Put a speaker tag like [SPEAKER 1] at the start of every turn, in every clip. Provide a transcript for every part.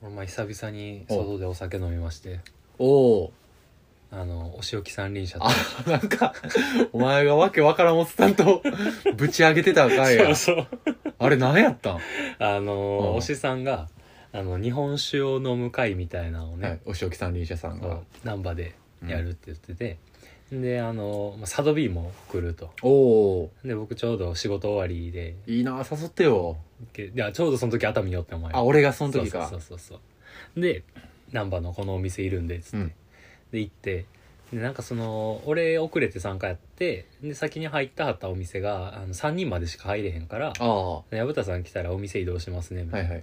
[SPEAKER 1] この前久々に外でお酒飲みまして
[SPEAKER 2] おお
[SPEAKER 1] あのお仕置き三輪車と
[SPEAKER 2] あなんかお前がわけわからんおっさん とぶち上げてたかいや
[SPEAKER 1] そうそう
[SPEAKER 2] あれ何やったん、
[SPEAKER 1] あの
[SPEAKER 2] うん
[SPEAKER 1] おしさんがあの日本酒を飲む会みたいなのを
[SPEAKER 2] はい
[SPEAKER 1] ね、
[SPEAKER 2] お仕置き三輪車さん
[SPEAKER 1] そ
[SPEAKER 2] が
[SPEAKER 1] う難波でやるって言ってて、であのまあサドビーも来ると
[SPEAKER 2] おお
[SPEAKER 1] で僕ちょうど仕事終わりで
[SPEAKER 2] いいな誘ってよ
[SPEAKER 1] けいやちょうどその時熱海よってお前
[SPEAKER 2] あ俺がその時か
[SPEAKER 1] そうそうそうそうで難波のこのお店いるんでつって、
[SPEAKER 2] うん
[SPEAKER 1] で行ってでなんかその俺遅れて参加やってで先に入ったはったお店があの3人までしか入れへんから
[SPEAKER 2] ああは
[SPEAKER 1] 薮田さん来たらお店移動しますねみ
[SPEAKER 2] い
[SPEAKER 1] た
[SPEAKER 2] はい
[SPEAKER 1] な、
[SPEAKER 2] い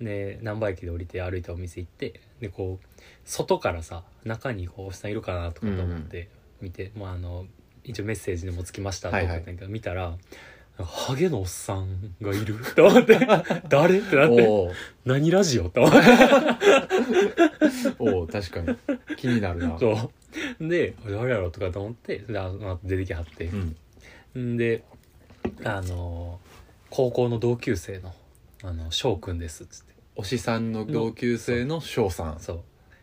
[SPEAKER 1] で難波駅で降りて歩いたお店行ってでこう外からさ中にこうおっさんいるかなとかと思って見て、まあ、あの一応メッセージでもつきましたと
[SPEAKER 2] は
[SPEAKER 1] 思
[SPEAKER 2] い
[SPEAKER 1] った
[SPEAKER 2] はい
[SPEAKER 1] んだけど、見たらハゲのおっさんがいると思って 誰ってなって
[SPEAKER 2] おー
[SPEAKER 1] 何ラジオと思って
[SPEAKER 2] おー確かに気になる な
[SPEAKER 1] そうで誰やろうとかと思ってであの出てきはって
[SPEAKER 2] う、ん
[SPEAKER 1] ん、であの高校の同級生のあの翔くんですっつって
[SPEAKER 2] おしさんの同級生の翔さん
[SPEAKER 1] そう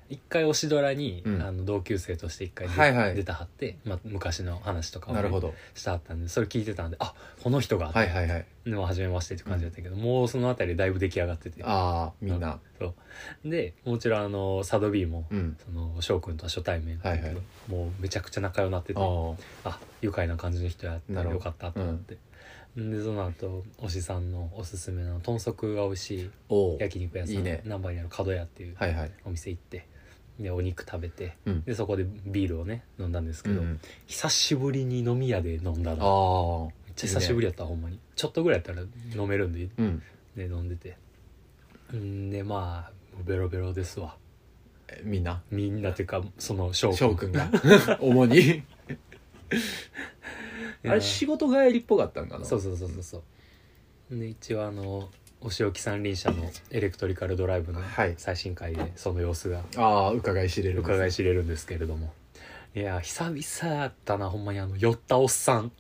[SPEAKER 1] 一回オシドラに、
[SPEAKER 2] うん
[SPEAKER 1] あの同級生として一回出,、
[SPEAKER 2] はいはい
[SPEAKER 1] 出たはって、まあ、昔の話とかをね
[SPEAKER 2] なるほど
[SPEAKER 1] したはったんでそれ聞いてたんであこの人が、
[SPEAKER 2] はいはいはい
[SPEAKER 1] でも初めましてって感じだったけど、もうその辺りだいぶ出来上がってて
[SPEAKER 2] ああみんな
[SPEAKER 1] そうでもちろんあのサドビーも、
[SPEAKER 2] うん
[SPEAKER 1] その翔くんとは初対面だけど
[SPEAKER 2] はいはい
[SPEAKER 1] もうめちゃくちゃ仲良くなってて
[SPEAKER 2] ああ
[SPEAKER 1] あ愉快な感じの人やった
[SPEAKER 2] なる
[SPEAKER 1] ら
[SPEAKER 2] ほ
[SPEAKER 1] よ
[SPEAKER 2] ど
[SPEAKER 1] かったと思って、でその後おしさんのおすすめの豚足が美味しい
[SPEAKER 2] おお
[SPEAKER 1] 焼肉屋さん
[SPEAKER 2] いいね
[SPEAKER 1] 難波にある角屋っていう
[SPEAKER 2] はいはい
[SPEAKER 1] お店行ってでお肉食べて
[SPEAKER 2] うん
[SPEAKER 1] でそこでビールをね飲んだんですけ
[SPEAKER 2] う
[SPEAKER 1] ど、
[SPEAKER 2] ん
[SPEAKER 1] 久しぶりに飲み屋で飲んだ
[SPEAKER 2] あ
[SPEAKER 1] なめっ
[SPEAKER 2] あ
[SPEAKER 1] ちゃ久しぶりやったほんまにちょっとぐらいやったら飲めるんで、
[SPEAKER 2] うん
[SPEAKER 1] で飲んでてんでまあベロベロですわ
[SPEAKER 2] えみんな
[SPEAKER 1] みんなっていうかその翔
[SPEAKER 2] 翔
[SPEAKER 1] く
[SPEAKER 2] く
[SPEAKER 1] ん
[SPEAKER 2] ん が主に
[SPEAKER 1] い
[SPEAKER 2] あ
[SPEAKER 1] や
[SPEAKER 2] れ仕事帰りっぽかったんかな
[SPEAKER 1] そうそうそうそうそうで一応あのお仕置き三輪車のエレクトリカルドライブの
[SPEAKER 2] はい
[SPEAKER 1] 最新回でその様子が
[SPEAKER 2] ああ伺い知れる
[SPEAKER 1] 伺い
[SPEAKER 2] 知
[SPEAKER 1] 知れるんですけれどもいや久々やったなほんまにあの酔ったおっさ ん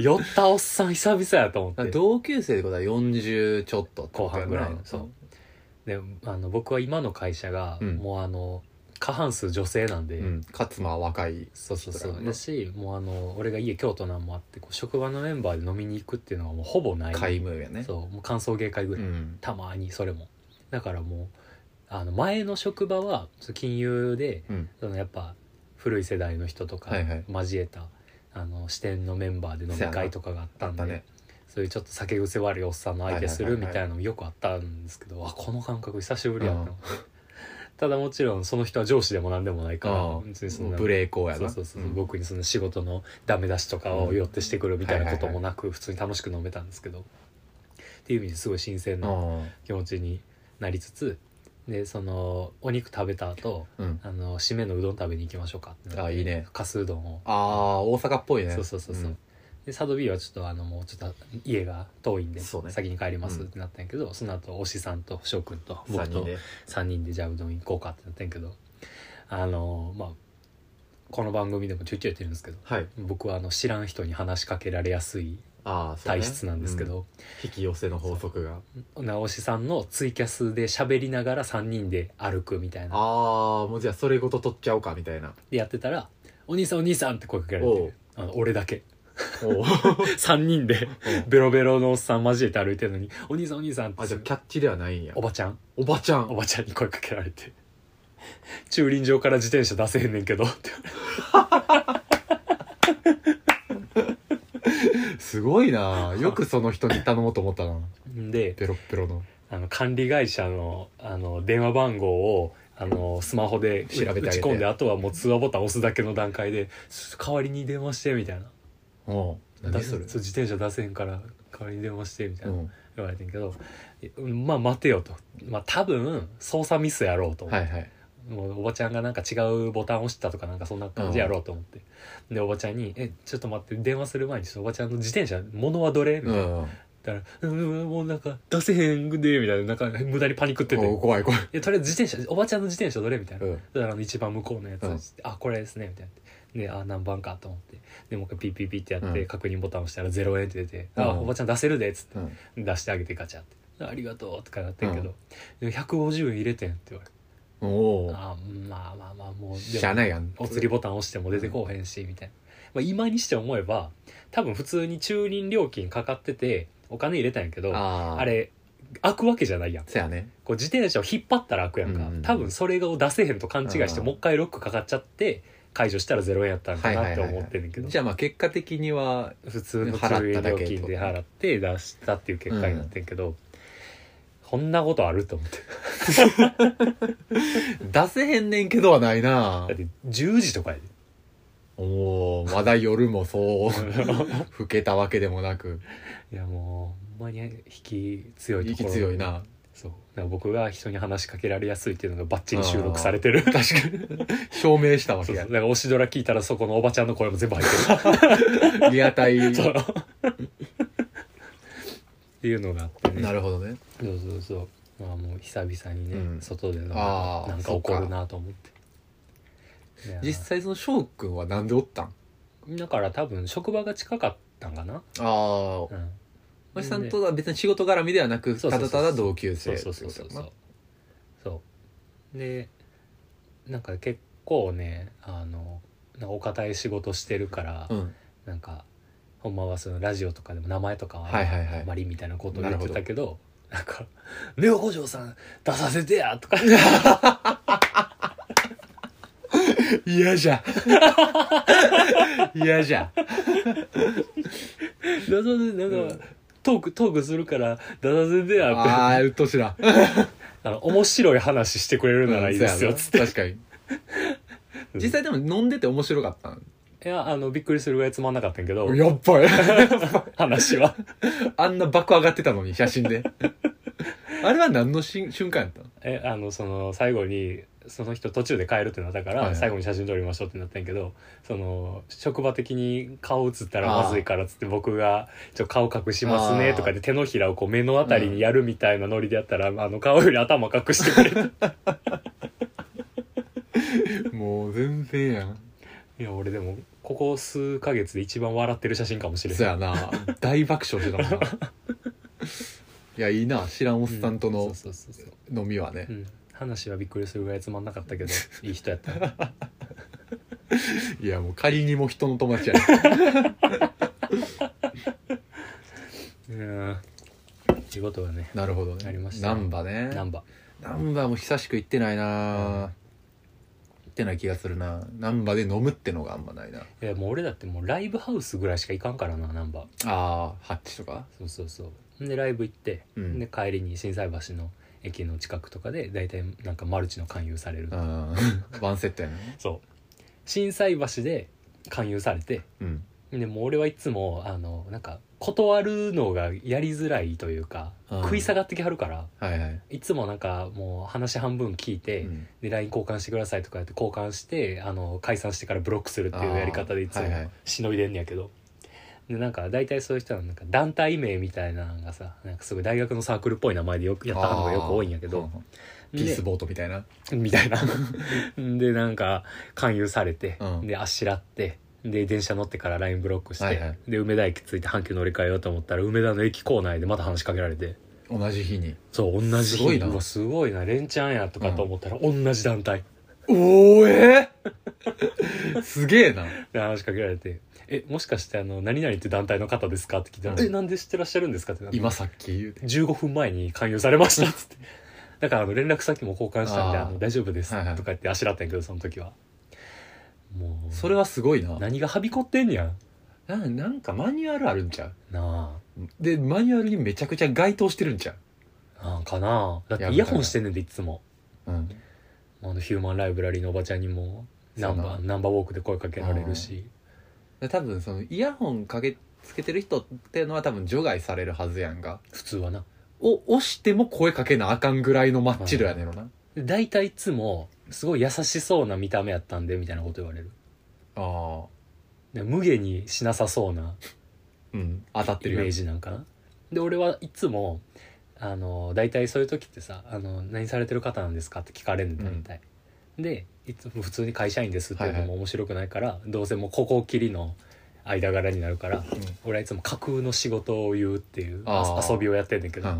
[SPEAKER 1] 酔ったおっさん久々やと思って
[SPEAKER 2] 同級生ってことは40ちょっとってことや
[SPEAKER 1] 後半
[SPEAKER 2] な
[SPEAKER 1] ぐらいのそうであの僕は今の会社が、
[SPEAKER 2] うん
[SPEAKER 1] もうあの過半数女性なんで、
[SPEAKER 2] うん勝間は若い
[SPEAKER 1] そうそうそ
[SPEAKER 2] 人ら
[SPEAKER 1] う
[SPEAKER 2] ね
[SPEAKER 1] だしもうあの俺が家京都なんもあってこう職場のメンバーで飲みに行くっていうのはもうほぼない
[SPEAKER 2] 皆無やね
[SPEAKER 1] そうもう歓送迎会ぐらい、
[SPEAKER 2] ん
[SPEAKER 1] たまにそれもだからもうあの前の職場はそう金融で
[SPEAKER 2] うん
[SPEAKER 1] そのやっぱ古い世代の人とか
[SPEAKER 2] はいはい
[SPEAKER 1] 交えた、あの支店のメンバーで飲み会とかがあった
[SPEAKER 2] あ
[SPEAKER 1] ん
[SPEAKER 2] っ
[SPEAKER 1] で
[SPEAKER 2] たね
[SPEAKER 1] そういうちょっと酒癖悪いおっさんの相手する
[SPEAKER 2] はいは
[SPEAKER 1] み
[SPEAKER 2] いはい
[SPEAKER 1] た
[SPEAKER 2] はい
[SPEAKER 1] いなのもよくあったんですけど、あこの感覚久しぶりやった、
[SPEAKER 2] うん
[SPEAKER 1] ただもちろんその人は上司でも何でもないから
[SPEAKER 2] うん
[SPEAKER 1] 別にそんな
[SPEAKER 2] 無礼講やな
[SPEAKER 1] そうそうそう、
[SPEAKER 2] ん
[SPEAKER 1] 僕にその仕事のダメ出しとかを寄ってしてくるみたいなこともなく普通に楽しく飲めたんですけど、っていう意味ですごい新鮮
[SPEAKER 2] う
[SPEAKER 1] なん気持ちになりつつでそのお肉食べた後
[SPEAKER 2] うん
[SPEAKER 1] あの締めのうどん食べに行きましょうかってなって
[SPEAKER 2] あいいね
[SPEAKER 1] かすうどんを
[SPEAKER 2] ああ大阪っぽいね
[SPEAKER 1] そうそうそうそう、
[SPEAKER 2] ん
[SPEAKER 1] でサドビーはちょっとあのもうちょっと家が遠いんで、
[SPEAKER 2] そうね
[SPEAKER 1] 先に帰りますってなったんやけど、その後おしさんと翔くんと
[SPEAKER 2] 三
[SPEAKER 1] 僕
[SPEAKER 2] 人
[SPEAKER 1] と
[SPEAKER 2] で
[SPEAKER 1] 3人でじゃあうどん行こうかってなったんやけどあのまあこの番組でもちょいちょい言ってるんですけど
[SPEAKER 2] はい
[SPEAKER 1] 僕はあの知らん人に話しかけられやすい
[SPEAKER 2] ああそうね
[SPEAKER 1] 体質なんですけど、
[SPEAKER 2] 引き寄せの法則が
[SPEAKER 1] なおしさんのツイキャスで喋りながら3人で歩くみたいな
[SPEAKER 2] ああもうじゃあそれごと取っちゃおうかみたいな
[SPEAKER 1] でやってたら「お兄さんお兄さん」って声かけられ
[SPEAKER 2] おう
[SPEAKER 1] てあの俺だけ
[SPEAKER 2] おう
[SPEAKER 1] 3人でベロベロのおっさん交えて歩いてるのに「お兄さんお兄さん」って
[SPEAKER 2] あじゃあキャッチではないんや
[SPEAKER 1] おばちゃん
[SPEAKER 2] おばちゃん
[SPEAKER 1] おばちゃんに声かけられて「駐輪場から自転車出せへんねんけど」って
[SPEAKER 2] すごいなよくその人に頼もうと思ったな
[SPEAKER 1] で
[SPEAKER 2] ペロッペロの
[SPEAKER 1] あの管理会社のあの電話番号をあのスマホで
[SPEAKER 2] 調べてあげて
[SPEAKER 1] 打ち込んであとはもう通話ボタン押すだけの段階で「代わりに電話して」みたいな
[SPEAKER 2] お
[SPEAKER 1] 「
[SPEAKER 2] う何それ
[SPEAKER 1] 出せう自転車出せへんから代わりに電話して」みたいうな、
[SPEAKER 2] ん
[SPEAKER 1] 言われてんけどい「うんまあ待てよ」と「まあ多分操作ミスやろうと」
[SPEAKER 2] はいはい
[SPEAKER 1] もうおばちゃんがなんか違うボタン押したとかなんかそんな感じやろうと思って、でおばちゃんに「えちょっと待って電話する前にちょっとおばちゃんの自転車物はどれ?」みたいな。
[SPEAKER 2] うん
[SPEAKER 1] だから、うんうん、もうなんか、出せへんで、みたいな、なんか、無駄にパニックってて。
[SPEAKER 2] おう怖い怖い
[SPEAKER 1] いやとりあえず自転車、おばちゃんの自転車どれみたいな。
[SPEAKER 2] う
[SPEAKER 1] だ
[SPEAKER 2] ん
[SPEAKER 1] からあの一番向こうのやつ、
[SPEAKER 2] うん
[SPEAKER 1] あ、これですね、みたいな。で、あ、何番かと思って。で、もう一回ピッピッピッってやって、
[SPEAKER 2] うん
[SPEAKER 1] 確認ボタン押したら0円って出て、
[SPEAKER 2] うん
[SPEAKER 1] あ、おばちゃん出せるで、っつって。
[SPEAKER 2] うん
[SPEAKER 1] 出してあげてガチャって。ありがとう」とかなってんけど「でも150円入れてん」って言われて
[SPEAKER 2] お
[SPEAKER 1] 「
[SPEAKER 2] お
[SPEAKER 1] あーまあまあまあもうでも
[SPEAKER 2] しゃあないやん
[SPEAKER 1] お釣りボタン押しても出てこうへんし」みたいな、まあ、今にして思えば多分普通に駐輪料金かかっててお金入れたんやけどあ
[SPEAKER 2] あー
[SPEAKER 1] れ開くわけじゃないやん
[SPEAKER 2] そやね
[SPEAKER 1] こう自転車を引っ張ったら開くやんか、
[SPEAKER 2] うんうんうん
[SPEAKER 1] 多分それを出せへんと勘違いして
[SPEAKER 2] うん
[SPEAKER 1] もう一回ロックかかっちゃって解除したら0円やったんかなって思ってんねんけど、
[SPEAKER 2] じゃあまあ結果的には
[SPEAKER 1] 普通の通院料金で払って出したっていう結果になってんけ ど、こんなことあると思って
[SPEAKER 2] 出せへんねんけどはな いな
[SPEAKER 1] だって10時とかやで
[SPEAKER 2] おおまだ夜もそ う老けたわけでもなく
[SPEAKER 1] いやもうほんまに引き強いとこ
[SPEAKER 2] 息
[SPEAKER 1] ろ
[SPEAKER 2] 強いな
[SPEAKER 1] そうだから僕が人に話しかけられやすいっていうのがバッチリ収録されてる
[SPEAKER 2] 確か に証明したわ
[SPEAKER 1] そ
[SPEAKER 2] け
[SPEAKER 1] う
[SPEAKER 2] や
[SPEAKER 1] だから推しドラ聞いたらそこのおばちゃんの声も全部入ってる
[SPEAKER 2] リアタ イ
[SPEAKER 1] そうっていうのがあってね
[SPEAKER 2] なるほどね
[SPEAKER 1] そうそうそうまあもう久々にね、
[SPEAKER 2] うん
[SPEAKER 1] 外でなん
[SPEAKER 2] あ
[SPEAKER 1] か
[SPEAKER 2] ー
[SPEAKER 1] なんか
[SPEAKER 2] そうか
[SPEAKER 1] 怒るなと思っていやー
[SPEAKER 2] 実際その翔くんはなんでおったん
[SPEAKER 1] だから多分職場が近かったんかな、
[SPEAKER 2] ああ
[SPEAKER 1] うん、
[SPEAKER 2] おじさんとは別に仕事絡みではなく
[SPEAKER 1] そ
[SPEAKER 2] た
[SPEAKER 1] うそうそう
[SPEAKER 2] だただ同級
[SPEAKER 1] そ
[SPEAKER 2] 生
[SPEAKER 1] うそうそうそう
[SPEAKER 2] ってことやな
[SPEAKER 1] そうでなんか結構ねあのなんかお堅い仕事してるから、
[SPEAKER 2] うん
[SPEAKER 1] なんかほんまはそのラジオとかでも名前とかは
[SPEAKER 2] はいはいはい
[SPEAKER 1] あんまりみたいなことを言ってたけどなんか「ネオ五条さん出させてや!」とか
[SPEAKER 2] 嫌じゃ嫌じゃ
[SPEAKER 1] 出させてなんか、トークトークするから出させてやって
[SPEAKER 2] ああうっとうしいな
[SPEAKER 1] あの面白い話してくれるならいいですよ
[SPEAKER 2] うん
[SPEAKER 1] つっ
[SPEAKER 2] そうやな確かに
[SPEAKER 1] うん
[SPEAKER 2] 実際でも飲んでて面白かったん
[SPEAKER 1] ていやあのびっくりするぐらいつまんなかったんやけど
[SPEAKER 2] やっぱり
[SPEAKER 1] 話は
[SPEAKER 2] あんな爆上がってたのに写真であれは何のし瞬間やったの
[SPEAKER 1] えあのその最後にその人途中で帰るってなったから、
[SPEAKER 2] はいはい
[SPEAKER 1] 最後に写真撮りましょうってなったんやけどその職場的に顔写ったらまずいからっつって僕が「ちょ顔隠しますね」とかで手のひらをこう目のあたりにやるみたいなノリでやったら、あの顔より頭隠してくれた
[SPEAKER 2] もう全然やん
[SPEAKER 1] いや俺でもここ数ヶ月で一番笑ってる写真かもしれ
[SPEAKER 2] そ
[SPEAKER 1] ない。
[SPEAKER 2] やな大爆笑してたもんないやいいな知らんおっさんと
[SPEAKER 1] う
[SPEAKER 2] の
[SPEAKER 1] んそうそうそうそう
[SPEAKER 2] 飲みはね、
[SPEAKER 1] うん話はびっくりするぐらいつまんなかったけ どいい人やったない
[SPEAKER 2] やもう仮にも人の友達やね
[SPEAKER 1] うん仕事がね
[SPEAKER 2] なるほどね
[SPEAKER 1] ありました
[SPEAKER 2] 難波ね
[SPEAKER 1] ナンバ
[SPEAKER 2] 難波も久しく行ってないな、行ってない気がするな難波で飲むってのがあんまないな
[SPEAKER 1] ーいやもう俺だってもうライブハウスぐらいしか行かんからなナンバー
[SPEAKER 2] ああハッチとか
[SPEAKER 1] そうそうそうでライブ行って、
[SPEAKER 2] うん
[SPEAKER 1] で帰りに心斎橋の駅の近くとかで大体なんかマルチの勧誘される、
[SPEAKER 2] ああ ワンセットやね
[SPEAKER 1] そう心斎橋で勧誘されて
[SPEAKER 2] うん
[SPEAKER 1] でもう俺はいつもあのなんか断るのがやりづらいというか、
[SPEAKER 2] うん
[SPEAKER 1] 食い下がってきはるから
[SPEAKER 2] はいはい、
[SPEAKER 1] いつもなんかもう話半分聞いて、
[SPEAKER 2] うん
[SPEAKER 1] で LINE 交換してくださいとかやって交換してあの解散してからブロックするっていうやり方でいつも
[SPEAKER 2] あーはいはい
[SPEAKER 1] しのいでんねやけど、でなんか大体そういう人はなんか団体名みたいなのがさなんかすごい大学のサークルっぽい名前でよくやったのがよく多いんやけ
[SPEAKER 2] あ
[SPEAKER 1] ど
[SPEAKER 2] ーピースボートみたいな
[SPEAKER 1] でみたいな でなんか勧誘されて、
[SPEAKER 2] うん
[SPEAKER 1] であしらってで電車乗ってから LINE ブロックして、
[SPEAKER 2] はいはい
[SPEAKER 1] で梅田駅着いて阪急乗り換えようと思ったら梅田の駅構内でまた話しかけられて。
[SPEAKER 2] 同じ日に
[SPEAKER 1] そう同じ
[SPEAKER 2] すごいな
[SPEAKER 1] うわすごいな連チャンやとかと思ったら同じ団体、
[SPEAKER 2] おおえー すげえな
[SPEAKER 1] で話しかけられて「えもしかしてあの何々って団体の方ですか?」って聞いたら「
[SPEAKER 2] うん
[SPEAKER 1] えなんで知ってらっしゃるんですか?」ってなって
[SPEAKER 2] 今さっき言うて
[SPEAKER 1] 15分前に勧誘されました」っつって だからあの連絡先も交換したんで「
[SPEAKER 2] あー
[SPEAKER 1] あの大丈夫です
[SPEAKER 2] はいは」い
[SPEAKER 1] とか言ってあしらったんやけどその時はもう
[SPEAKER 2] それはすごいな
[SPEAKER 1] 何がはびこってんねやん
[SPEAKER 2] ななんかマニュアルあるんちゃう
[SPEAKER 1] な
[SPEAKER 2] でマニュアルにめちゃくちゃ該当してるんちゃ
[SPEAKER 1] あなんかなあだって
[SPEAKER 2] やめたら
[SPEAKER 1] イヤホンしてんねんでいつも
[SPEAKER 2] う、うん、
[SPEAKER 1] あのヒューマンライブラリーのおばちゃんにもナン
[SPEAKER 2] そ
[SPEAKER 1] バ
[SPEAKER 2] う
[SPEAKER 1] ーナンバーウォークで声かけられるし
[SPEAKER 2] で多分そのイヤホンかけつけてる人っていうのは多分除外されるはずやんが
[SPEAKER 1] 普通はな
[SPEAKER 2] を押しても声かけなあかんぐらいのマッチ度やねんろな、
[SPEAKER 1] で大体いつもすごい優しそうな見た目やったんでみたいなこと言われる
[SPEAKER 2] ああ
[SPEAKER 1] で無下にしなさそうな
[SPEAKER 2] うん当たって
[SPEAKER 1] イ
[SPEAKER 2] る
[SPEAKER 1] メ
[SPEAKER 2] よ
[SPEAKER 1] ージなんかなで俺はいつもあの大体そういう時ってさあの「何されてる方なんですか?」って聞かれるんだ
[SPEAKER 2] うん
[SPEAKER 1] みたい、でいつも普通に会社員ですっていうのも面白くないから、どうせもうここきりの間柄になるから
[SPEAKER 2] うん
[SPEAKER 1] 俺はいつも架空の仕事を言うっていう
[SPEAKER 2] あー
[SPEAKER 1] 遊びをやってんだけど、
[SPEAKER 2] う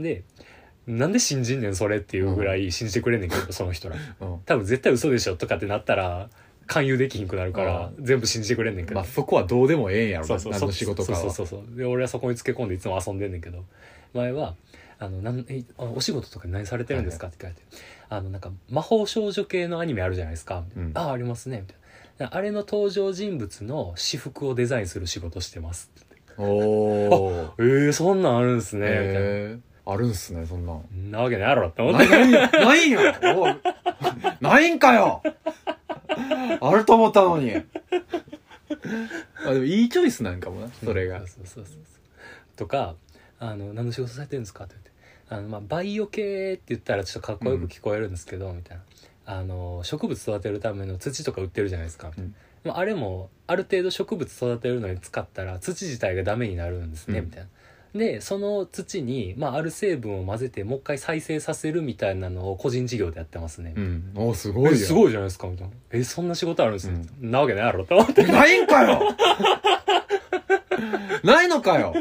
[SPEAKER 2] ん
[SPEAKER 1] でなんで信じんねんそれっていうぐらい信じてくれんねんけど、その人ら
[SPEAKER 2] うん
[SPEAKER 1] 多分絶対嘘でしょとかってなったら勧誘できひんくなるから全部信じてくれんねんけど、
[SPEAKER 2] まあそこはどうでもええんやろ
[SPEAKER 1] そ
[SPEAKER 2] な
[SPEAKER 1] うそう
[SPEAKER 2] 何の仕事かは
[SPEAKER 1] そうそうそうそうで俺はそこにつけ込んでいつも遊んでんねんけど前はあのなんえあお仕事とか何されてるんですか?」って聞かれて「あのなんか魔法少女系のアニメあるじゃないですか」みたいな
[SPEAKER 2] うん
[SPEAKER 1] ああありますね」みたいな「あれの登場人物の私服をデザインする仕事してます」
[SPEAKER 2] お ー
[SPEAKER 1] えー、そんなんあるんすね」みたいな
[SPEAKER 2] へえあるんすねそんなん
[SPEAKER 1] 「んなわけないやろ」って思っ
[SPEAKER 2] な
[SPEAKER 1] て
[SPEAKER 2] いないよないよおいないんかよあると思った のにあでもいいチョイスなんかもなそれが
[SPEAKER 1] うんそうそうそうそうとかあの「何の仕事されてるんですか?」って言って「あのまあ、バイオ系」って言ったらちょっとかっこよく聞こえるんですけど、みたいなあの植物育てるための土とか売ってるじゃないですか、
[SPEAKER 2] うん
[SPEAKER 1] まあ、あれもある程度植物育てるのに使ったら土自体がダメになるんですね、
[SPEAKER 2] うん
[SPEAKER 1] みたいな。でその土に、まあ、ある成分を混ぜてもう一回再生させるみたいなのを個人事業でやってますね、
[SPEAKER 2] うんおすごい
[SPEAKER 1] え
[SPEAKER 2] よ
[SPEAKER 1] すごいじゃないですかみたいな「えそんな仕事あるんですねなわけないやろと思って
[SPEAKER 2] ないんかよないのかよ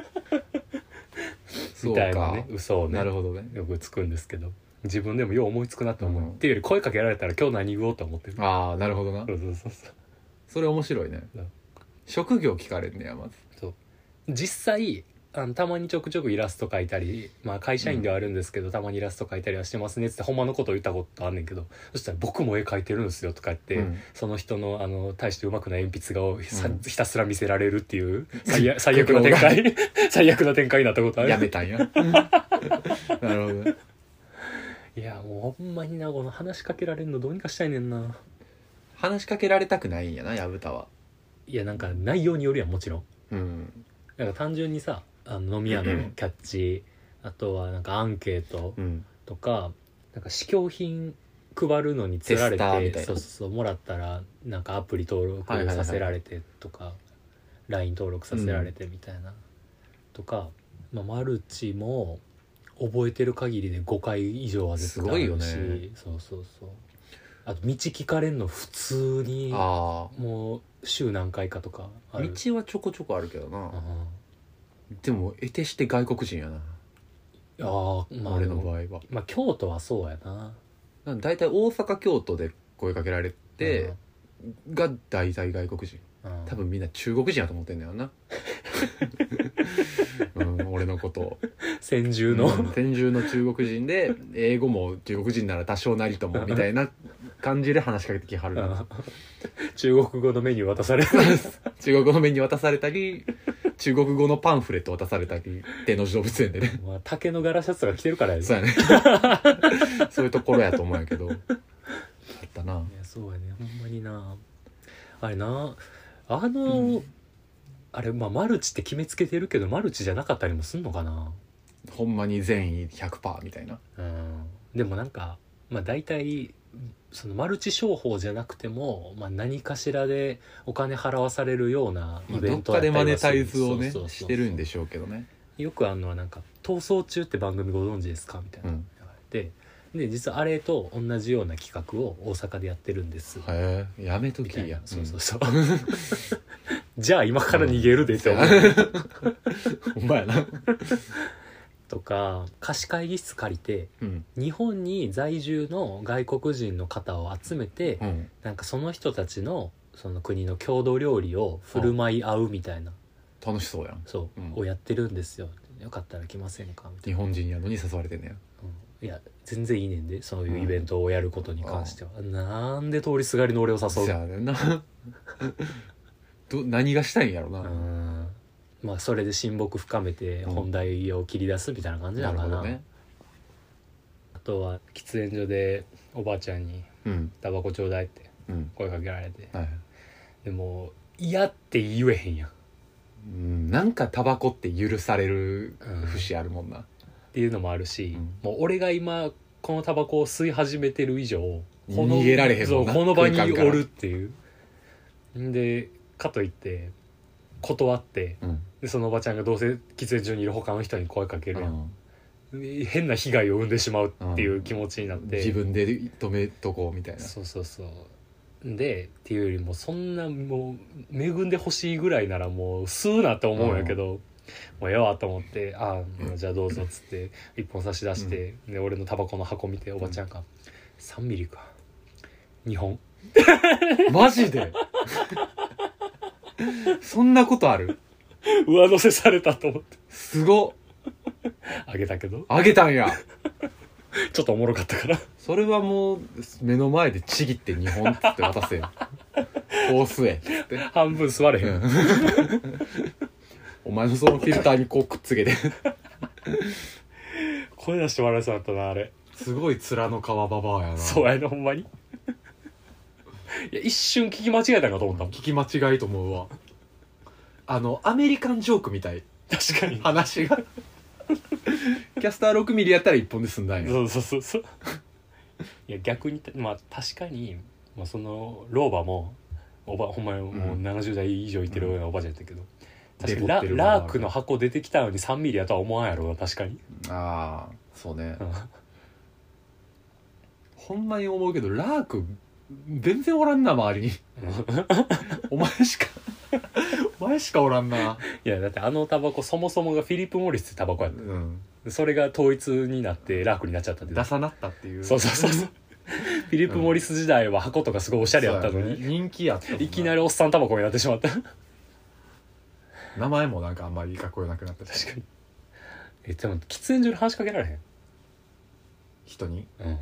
[SPEAKER 2] そ
[SPEAKER 1] み
[SPEAKER 2] う
[SPEAKER 1] たいな
[SPEAKER 2] か
[SPEAKER 1] ね嘘をね
[SPEAKER 2] なるほどね
[SPEAKER 1] よくつくんですけど自分でもよう思いつくなと思う、
[SPEAKER 2] うん
[SPEAKER 1] っていうより声かけられたら今日何言おうと思ってる
[SPEAKER 2] ああなるほどな
[SPEAKER 1] そうそうそうそう
[SPEAKER 2] それ面白いね
[SPEAKER 1] うん
[SPEAKER 2] 職業聞かれんねやまず
[SPEAKER 1] 実際あのたまにちょくちょくイラスト描いたり、まあ、会社員ではあるんですけど、たまにイラスト描いたりはしてますねっつってほんまのことを言ったことあんねんけどそしたら「僕も絵描いてるんですよ」とか言って、
[SPEAKER 2] うん
[SPEAKER 1] その人のあの大してうまくない鉛筆画をひさ
[SPEAKER 2] うん
[SPEAKER 1] ひたすら見せられるって いう最悪最悪な展開 最悪な展開になったことある
[SPEAKER 2] やめたんや なるほどね
[SPEAKER 1] いやもうほんまになこの話しかけられるのどうにかしたいねんな
[SPEAKER 2] 話しかけられたくないんやな薮田はい
[SPEAKER 1] やなんか内容によるやんもちろん
[SPEAKER 2] うん
[SPEAKER 1] なんか単純にさあの飲み屋のキャッチあとはなんかアンケート
[SPEAKER 2] うん
[SPEAKER 1] とかなんか試供品配るのにつられ
[SPEAKER 2] テスターみた
[SPEAKER 1] て
[SPEAKER 2] いな
[SPEAKER 1] そうそうそうもらったらなんかアプリ登録させられてとか LINE 登録させられてみたいな、とか、まあ、マルチも覚えてる限りで5回以上は絶対あるし
[SPEAKER 2] すごいよね
[SPEAKER 1] そうそうそうあと道聞かれんの普通に
[SPEAKER 2] ああ
[SPEAKER 1] もう週何回かとかある
[SPEAKER 2] 道はちょこちょこあるけどな
[SPEAKER 1] うん
[SPEAKER 2] でも得てして外国人やな、
[SPEAKER 1] ああまあ
[SPEAKER 2] 俺の場合は
[SPEAKER 1] まあ京都はそうやな
[SPEAKER 2] なんか大体大阪京都で声かけられて、が大体外国人
[SPEAKER 1] うんうん
[SPEAKER 2] 多分みんな中国人やと思ってんだ よな、うん、俺のことを
[SPEAKER 1] 先住の、
[SPEAKER 2] うん天獣の中国人で英語も中国人なら多少なりともみたいな感じで話しかけてきはるな
[SPEAKER 1] 中国語のメニュー渡される
[SPEAKER 2] 中国語の面に渡されたり中国語のパンフレット渡されたり天王寺動物園でね
[SPEAKER 1] まあ竹の柄シャツが着てるからやね
[SPEAKER 2] そうやね そういうところやと思うんやけどあったない
[SPEAKER 1] やそうやねほんまになあれなあの、
[SPEAKER 2] うん
[SPEAKER 1] あれまあマルチって決めつけてるけどマルチじゃなかったりもすんのかな
[SPEAKER 2] ほんまに善意100%みたいな
[SPEAKER 1] うんでもなんかまあ大体そのマルチ商法じゃなくても、まあ、何かしらでお金払わされるようなイベ
[SPEAKER 2] どっ
[SPEAKER 1] ント
[SPEAKER 2] かでマネタ
[SPEAKER 1] や
[SPEAKER 2] イ
[SPEAKER 1] った
[SPEAKER 2] ズ
[SPEAKER 1] りは
[SPEAKER 2] をね
[SPEAKER 1] するそうそうそう
[SPEAKER 2] してるんでしょうけどね
[SPEAKER 1] よくあんのはなんか「逃走中」って番組ご存知ですかみたいな、
[SPEAKER 2] うん
[SPEAKER 1] 言われてで実はあれと同じような企画を大阪でやってるんです、
[SPEAKER 2] へえやめと
[SPEAKER 1] み
[SPEAKER 2] き
[SPEAKER 1] たいな
[SPEAKER 2] や
[SPEAKER 1] そうそう そうじゃあ今から逃げるでって思う、
[SPEAKER 2] うんほんまやな
[SPEAKER 1] とか貸し会議室借りて
[SPEAKER 2] うん
[SPEAKER 1] 日本に在住の外国人の方を集めて、
[SPEAKER 2] うん
[SPEAKER 1] なんかその人たちのその国の郷土料理を振る舞い合うみたいな、
[SPEAKER 2] 楽しそうやん
[SPEAKER 1] そう、
[SPEAKER 2] うん
[SPEAKER 1] をやってるんですよよかったら来ませんかみたいな
[SPEAKER 2] 日本人やのに誘われてんねや
[SPEAKER 1] うんいや全然いいねんでそういうイベントをやることに関しては、なんで通りすがりの俺を誘
[SPEAKER 2] そう
[SPEAKER 1] う
[SPEAKER 2] やねんなど何がしたいんやろな、
[SPEAKER 1] うんまあそれで親睦深めて
[SPEAKER 2] うん
[SPEAKER 1] 本題を切り出すみたいな感じな
[SPEAKER 2] なる
[SPEAKER 1] のか
[SPEAKER 2] ほ
[SPEAKER 1] な,、
[SPEAKER 2] どね
[SPEAKER 1] あとは喫煙所でおばあちゃんに
[SPEAKER 2] うん
[SPEAKER 1] 「タバコちょうだい」って
[SPEAKER 2] うん
[SPEAKER 1] 声かけられて
[SPEAKER 2] はい
[SPEAKER 1] でも嫌って言えへんやんっ
[SPEAKER 2] うんなんかタバコって許される
[SPEAKER 1] うん
[SPEAKER 2] 節あるもんな、
[SPEAKER 1] ていうのもあるし、
[SPEAKER 2] うん
[SPEAKER 1] もう俺が今このタバコを吸い始めてる以上この
[SPEAKER 2] 逃げられへん
[SPEAKER 1] そ
[SPEAKER 2] も
[SPEAKER 1] うん
[SPEAKER 2] な
[SPEAKER 1] この場に
[SPEAKER 2] 空間から
[SPEAKER 1] おるっていうんでかといって断って
[SPEAKER 2] うん
[SPEAKER 1] でそのおばちゃんがどうせ喫煙所にいる他の人に声かけるやん、変な被害を生んでしまうっていう気持ちになっ
[SPEAKER 2] うん
[SPEAKER 1] て、
[SPEAKER 2] 自分で止めとこうみたいな
[SPEAKER 1] そうそうそうでっていうよりもそんなもう恵んでほしいぐらいならもう吸うなって思うんやけど、もうええわと思って「ああじゃあどうぞ」っつって一本差し出して、で俺のタバコの箱見ておばちゃんが「3ミリか2本
[SPEAKER 2] マジ でそんなことある
[SPEAKER 1] 上乗せされた」と思って
[SPEAKER 2] すごっ
[SPEAKER 1] あげたけど
[SPEAKER 2] あげたんや
[SPEAKER 1] ちょっとおもろかったから
[SPEAKER 2] それはもう目の前でちぎって2本っつって渡 せよこう吸えっつって
[SPEAKER 1] 半分吸われへん、
[SPEAKER 2] お前のそのフィルターにこうくっつけて
[SPEAKER 1] 声出して笑いそうだったなあれ
[SPEAKER 2] すごい面の皮ババアやな
[SPEAKER 1] そうやねほんまに いや一瞬聞き間違えたんかと思ったもん
[SPEAKER 2] 聞き間違いと思うわあのアメリカンジョークみたい
[SPEAKER 1] 確かに
[SPEAKER 2] 話がキャスター6ミリやったら1本で済んだんや
[SPEAKER 1] そうそうそうそういや逆にまあ確かに、まあ、その老婆もおばほんまにもう
[SPEAKER 2] うん
[SPEAKER 1] 70代以上いってるようなおばちゃんやったけど、確かに
[SPEAKER 2] デコっ
[SPEAKER 1] ラ
[SPEAKER 2] てる
[SPEAKER 1] ラークの箱出てきたのに3ミリやとは思わんやろうな確かに、
[SPEAKER 2] ああそうね
[SPEAKER 1] うん
[SPEAKER 2] ほんまに思うけどラーク全然おらんな周 りにお前しか お前しかおらんない
[SPEAKER 1] やだってあのタバコそもそもがフィリップ・モリスってタバコ
[SPEAKER 2] う
[SPEAKER 1] やった
[SPEAKER 2] ん
[SPEAKER 1] それが統一になってラークになっちゃったんで
[SPEAKER 2] 出さなったっていう
[SPEAKER 1] そうそうそう そうフィリップ・モリス時代は箱とかすごいおしゃれやったの
[SPEAKER 2] そう
[SPEAKER 1] に、
[SPEAKER 2] やね人気やったもん
[SPEAKER 1] いきなりおっさんタバコになってしまった 確か
[SPEAKER 2] 名前もなんかあんまりかっこよなくなったし
[SPEAKER 1] にえでも喫煙所に話しかけられへ
[SPEAKER 2] 人に
[SPEAKER 1] ん、うん、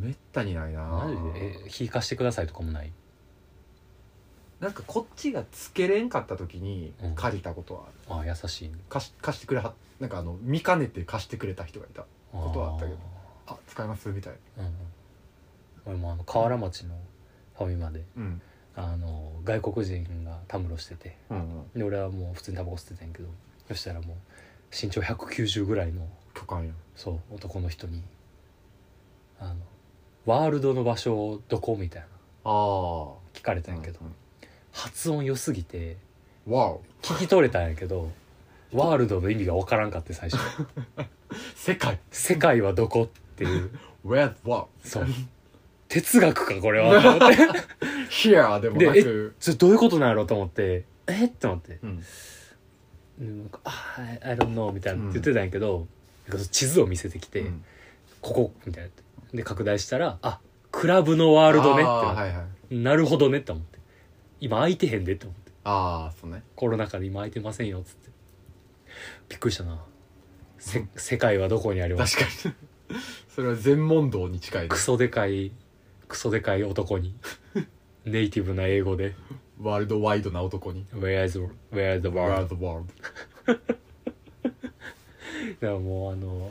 [SPEAKER 2] めったにないな
[SPEAKER 1] マジでえ火貸してくださいとかもない
[SPEAKER 2] なんかこっちがつけれんかった時に
[SPEAKER 1] うん
[SPEAKER 2] 借りたことはある、
[SPEAKER 1] ああ優しい
[SPEAKER 2] 貸し貸してくれはなんかあの見かねて貸してくれた人がいたことはあったけどあ使いますみたい
[SPEAKER 1] あーうん俺もあの河原町のファミマで
[SPEAKER 2] なうん
[SPEAKER 1] あの外国人がたむろしてて
[SPEAKER 2] うんうん
[SPEAKER 1] で俺はもう普通にタバコ吸ってたんやけどそしたらもう身長190ぐらいの
[SPEAKER 2] 巨漢や
[SPEAKER 1] そう男の人に「あのワールドの場所どこ?」みたいな
[SPEAKER 2] ああ
[SPEAKER 1] 聞かれたんやけど、発音良すぎて
[SPEAKER 2] わお
[SPEAKER 1] 聞き取れたんやけどワールドの意味が分からんかって最初
[SPEAKER 2] 世界
[SPEAKER 1] 「世界はどこ?」っていう
[SPEAKER 2] ウェ e ワ
[SPEAKER 1] そう哲学かこれはと思 って
[SPEAKER 2] ー Here でもな
[SPEAKER 1] で
[SPEAKER 2] く
[SPEAKER 1] それどういうことなんやろうと思ってえっと思って
[SPEAKER 2] うん
[SPEAKER 1] 「なんかあー I don't know」みたいなって言ってたんやけど、なんか地図を見せてきて「
[SPEAKER 2] うん
[SPEAKER 1] ここ」みたいなで拡大したら「あクラブのワールドね」って
[SPEAKER 2] あ
[SPEAKER 1] な
[SPEAKER 2] あ
[SPEAKER 1] って
[SPEAKER 2] はいはい
[SPEAKER 1] なるほどねって思って今空いてへんでって思って
[SPEAKER 2] ああそうね
[SPEAKER 1] コロナ禍で今空いてませんよっつってびっくりしたなせ世界はどこにあります
[SPEAKER 2] 確かに それは全問答に近いね
[SPEAKER 1] クソでかいクソでかい男に ネイティブな英語で
[SPEAKER 2] ワールドワイドな男に
[SPEAKER 1] 「Where is where is the
[SPEAKER 2] ワー
[SPEAKER 1] world?」
[SPEAKER 2] ルドワール
[SPEAKER 1] だからもうあの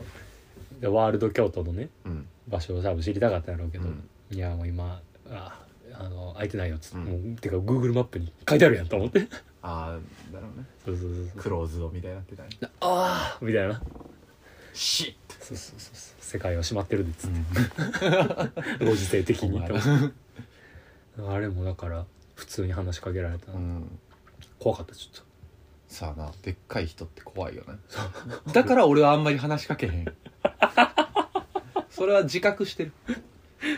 [SPEAKER 1] でワールド京都のね
[SPEAKER 2] ドうん
[SPEAKER 1] 場所を多分知りたかったんやろうけど、
[SPEAKER 2] うん
[SPEAKER 1] いやもう今ああの空いてないよっつって、
[SPEAKER 2] うん
[SPEAKER 1] もうてか Google マップに書いてあるやんと思って
[SPEAKER 2] ああだろうね
[SPEAKER 1] そうそうそうそう
[SPEAKER 2] クローズドみたいになってたね
[SPEAKER 1] ああみたいな
[SPEAKER 2] シッ
[SPEAKER 1] そうそうそうそう世界は閉まってるでっつって ご時世的に
[SPEAKER 2] 困
[SPEAKER 1] と
[SPEAKER 2] る
[SPEAKER 1] あれもだから普通に話しかけられた、
[SPEAKER 2] うん
[SPEAKER 1] 怖かったちょっ
[SPEAKER 2] さあなでっかい人って怖いよねだから俺はあんまり話しかけへ んそれは自覚してる
[SPEAKER 1] と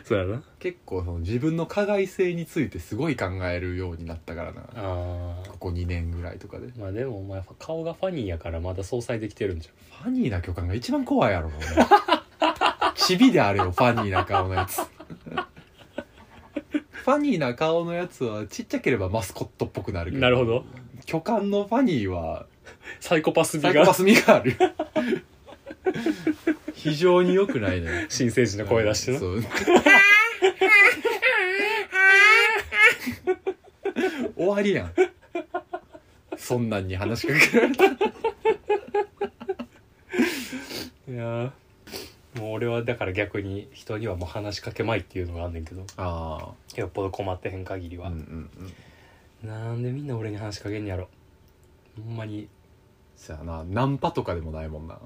[SPEAKER 1] そうやな
[SPEAKER 2] 結構その自分の加害性についてすごい考えるようになったからな
[SPEAKER 1] あ
[SPEAKER 2] ここ2年ぐらいとかで
[SPEAKER 1] ーまあでもお前顔がファニーやからまだ相殺できてるんじ
[SPEAKER 2] ファニーな巨漢が一番怖いや ろもうねチビであれよファニーな顔のやつファニーな顔のやつはちっちゃければマスコットっぽくな
[SPEAKER 1] ゃ
[SPEAKER 2] る
[SPEAKER 1] ん
[SPEAKER 2] けど
[SPEAKER 1] なるほど
[SPEAKER 2] 巨漢のファニーは
[SPEAKER 1] サイコパス
[SPEAKER 2] サ
[SPEAKER 1] 美
[SPEAKER 2] イコパ
[SPEAKER 1] が
[SPEAKER 2] ス味がある非常に良くないね
[SPEAKER 1] 新成人の声出してな、
[SPEAKER 2] そう終わりやんそんなんに話しか けられた
[SPEAKER 1] いやーもう俺はだから逆に人にはもう話しかけまいっていうのがあんねんけど
[SPEAKER 2] あ
[SPEAKER 1] よっぽど困ってへん限り
[SPEAKER 2] あ
[SPEAKER 1] は、
[SPEAKER 2] うんうんうん
[SPEAKER 1] なんでみんな俺に話しかけんやろほんまに
[SPEAKER 2] そやなナンパとかでもないもんな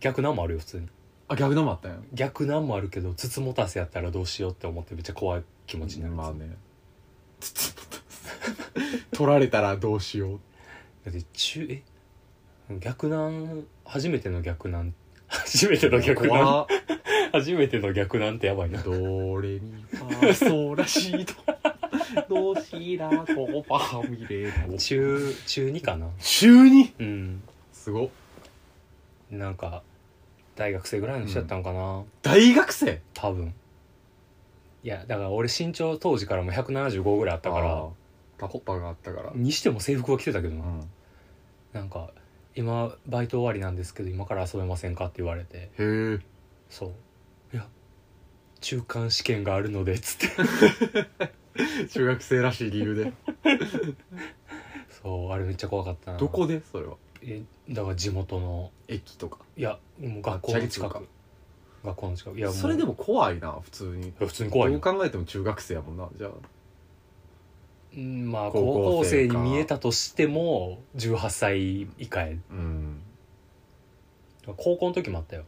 [SPEAKER 1] 逆なんもあるよ普通に
[SPEAKER 2] あ逆のもあったんや
[SPEAKER 1] 逆なんもあるけどつつもたせやったらどうしようって思ってめっちゃ怖い気持ちになる、
[SPEAKER 2] まあね つつ取られたらどうしよう
[SPEAKER 1] だって中え逆難初めての逆難初めての逆難
[SPEAKER 2] 怖っ
[SPEAKER 1] 初めての逆難ってやばいな
[SPEAKER 2] ドレミファソラシドどしらこばみれ
[SPEAKER 1] 中中2かな
[SPEAKER 2] 中に
[SPEAKER 1] うん
[SPEAKER 2] すごっ
[SPEAKER 1] なんか大学生ぐらいの人やったんかな、
[SPEAKER 2] 大学生
[SPEAKER 1] 多分いやだから俺身長当時からも175ぐらいあったから
[SPEAKER 2] タコパがあったから
[SPEAKER 1] にしても制服は着てたけどな、
[SPEAKER 2] うん
[SPEAKER 1] なんか今バイト終わりなんですけど今から遊べませんかって言われて
[SPEAKER 2] へえ
[SPEAKER 1] そういや中間試験があるのでっつって
[SPEAKER 2] 中学生らしい理由で
[SPEAKER 1] そうあれめっちゃ怖かったな
[SPEAKER 2] どこでそれは
[SPEAKER 1] えだから地元の
[SPEAKER 2] 駅とか
[SPEAKER 1] いやもう学校
[SPEAKER 2] あ
[SPEAKER 1] の
[SPEAKER 2] チ
[SPEAKER 1] 近
[SPEAKER 2] ャリ通
[SPEAKER 1] く
[SPEAKER 2] か
[SPEAKER 1] 学校の近くいやう
[SPEAKER 2] それでも怖いな普通に
[SPEAKER 1] いや普通に怖い
[SPEAKER 2] ど
[SPEAKER 1] よ
[SPEAKER 2] う考えても中学生やもんなじゃあ
[SPEAKER 1] うんまあ
[SPEAKER 2] 高
[SPEAKER 1] 高
[SPEAKER 2] 校
[SPEAKER 1] 校生
[SPEAKER 2] 生か
[SPEAKER 1] に見えたとしても18歳以下や
[SPEAKER 2] うん
[SPEAKER 1] 高校の時もあったよ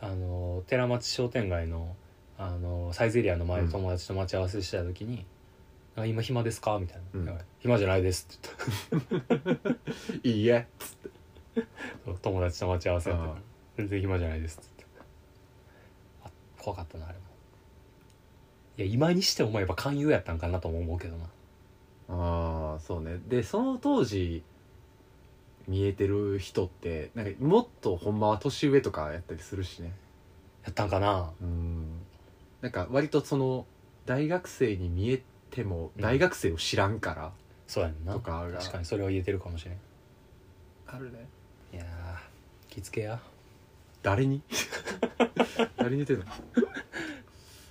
[SPEAKER 1] あの寺町商店街のあのサイゼリアの前で友達と待ち合わせしてた時に「あ今暇ですか?」みたいな「
[SPEAKER 2] うん
[SPEAKER 1] だから暇じゃないです」って言っ
[SPEAKER 2] いいえ
[SPEAKER 1] たそう友達と待ち合わせやったか
[SPEAKER 2] あ
[SPEAKER 1] ら
[SPEAKER 2] あ
[SPEAKER 1] 「全然暇じゃないです」って言ったあ怖かったなあれもいや今にして思えば勧誘やったんかなとも思うけどな
[SPEAKER 2] ああそうねでその当時見えてる人ってなんかもっとほんまは年上とかやったりするしね
[SPEAKER 1] やったんかな
[SPEAKER 2] うんなんか割とその大学生に見えても
[SPEAKER 1] うん
[SPEAKER 2] 大学生を知らんから
[SPEAKER 1] そうやんな
[SPEAKER 2] とかが
[SPEAKER 1] 確かにそれは言えてるかもしれん
[SPEAKER 2] あるね
[SPEAKER 1] いやー気付けや
[SPEAKER 2] 誰に 誰に言ってんの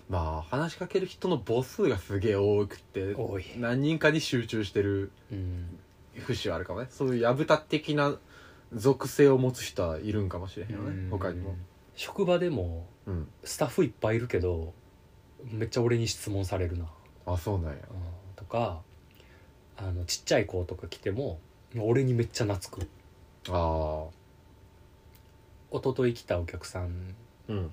[SPEAKER 2] まあ話しかける人の母数がすげえ多くて
[SPEAKER 1] 多い
[SPEAKER 2] 何人かに集中してる
[SPEAKER 1] うん
[SPEAKER 2] 節はあるかもねそういうやぶた的な属性を持つ人はいるんかもしれへんよね他にも
[SPEAKER 1] 職場でも
[SPEAKER 2] うん
[SPEAKER 1] スタッフいっぱいいるけどめっちゃ俺に質問されるな、
[SPEAKER 2] あそうなんや
[SPEAKER 1] うん、とかあのちっちゃい子とか来ても俺にめっちゃ懐く
[SPEAKER 2] ああ
[SPEAKER 1] 一昨日来たお客さん
[SPEAKER 2] うん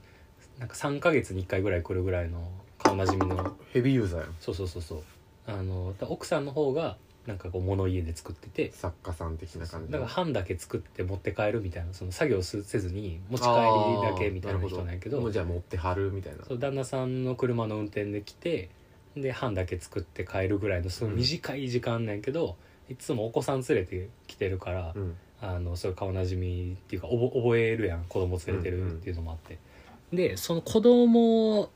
[SPEAKER 1] なんか3ヶ月に1回ぐらい来るぐらいの顔なじみの
[SPEAKER 2] ヘビーユーザーやん
[SPEAKER 1] そうそうそうそうあのだ奥さんの方がなんかこう物家で作ってて
[SPEAKER 2] 作家さん的な感じ
[SPEAKER 1] だから半だけ作って持って帰るみたいなその作業すせずに持ち帰りだけみたいな人なんやけど
[SPEAKER 2] あーなるほもうじゃあ持ってはるみたいな
[SPEAKER 1] そう旦那さんの車の運転で来てで半だけ作って帰るぐらいのその短い時間なんやけど、いつもお子さん連れて来てるから、
[SPEAKER 2] うん
[SPEAKER 1] あのそういう顔なじみっていうかおぼ覚えるやん子供連れてるっていうのもあって、でその子供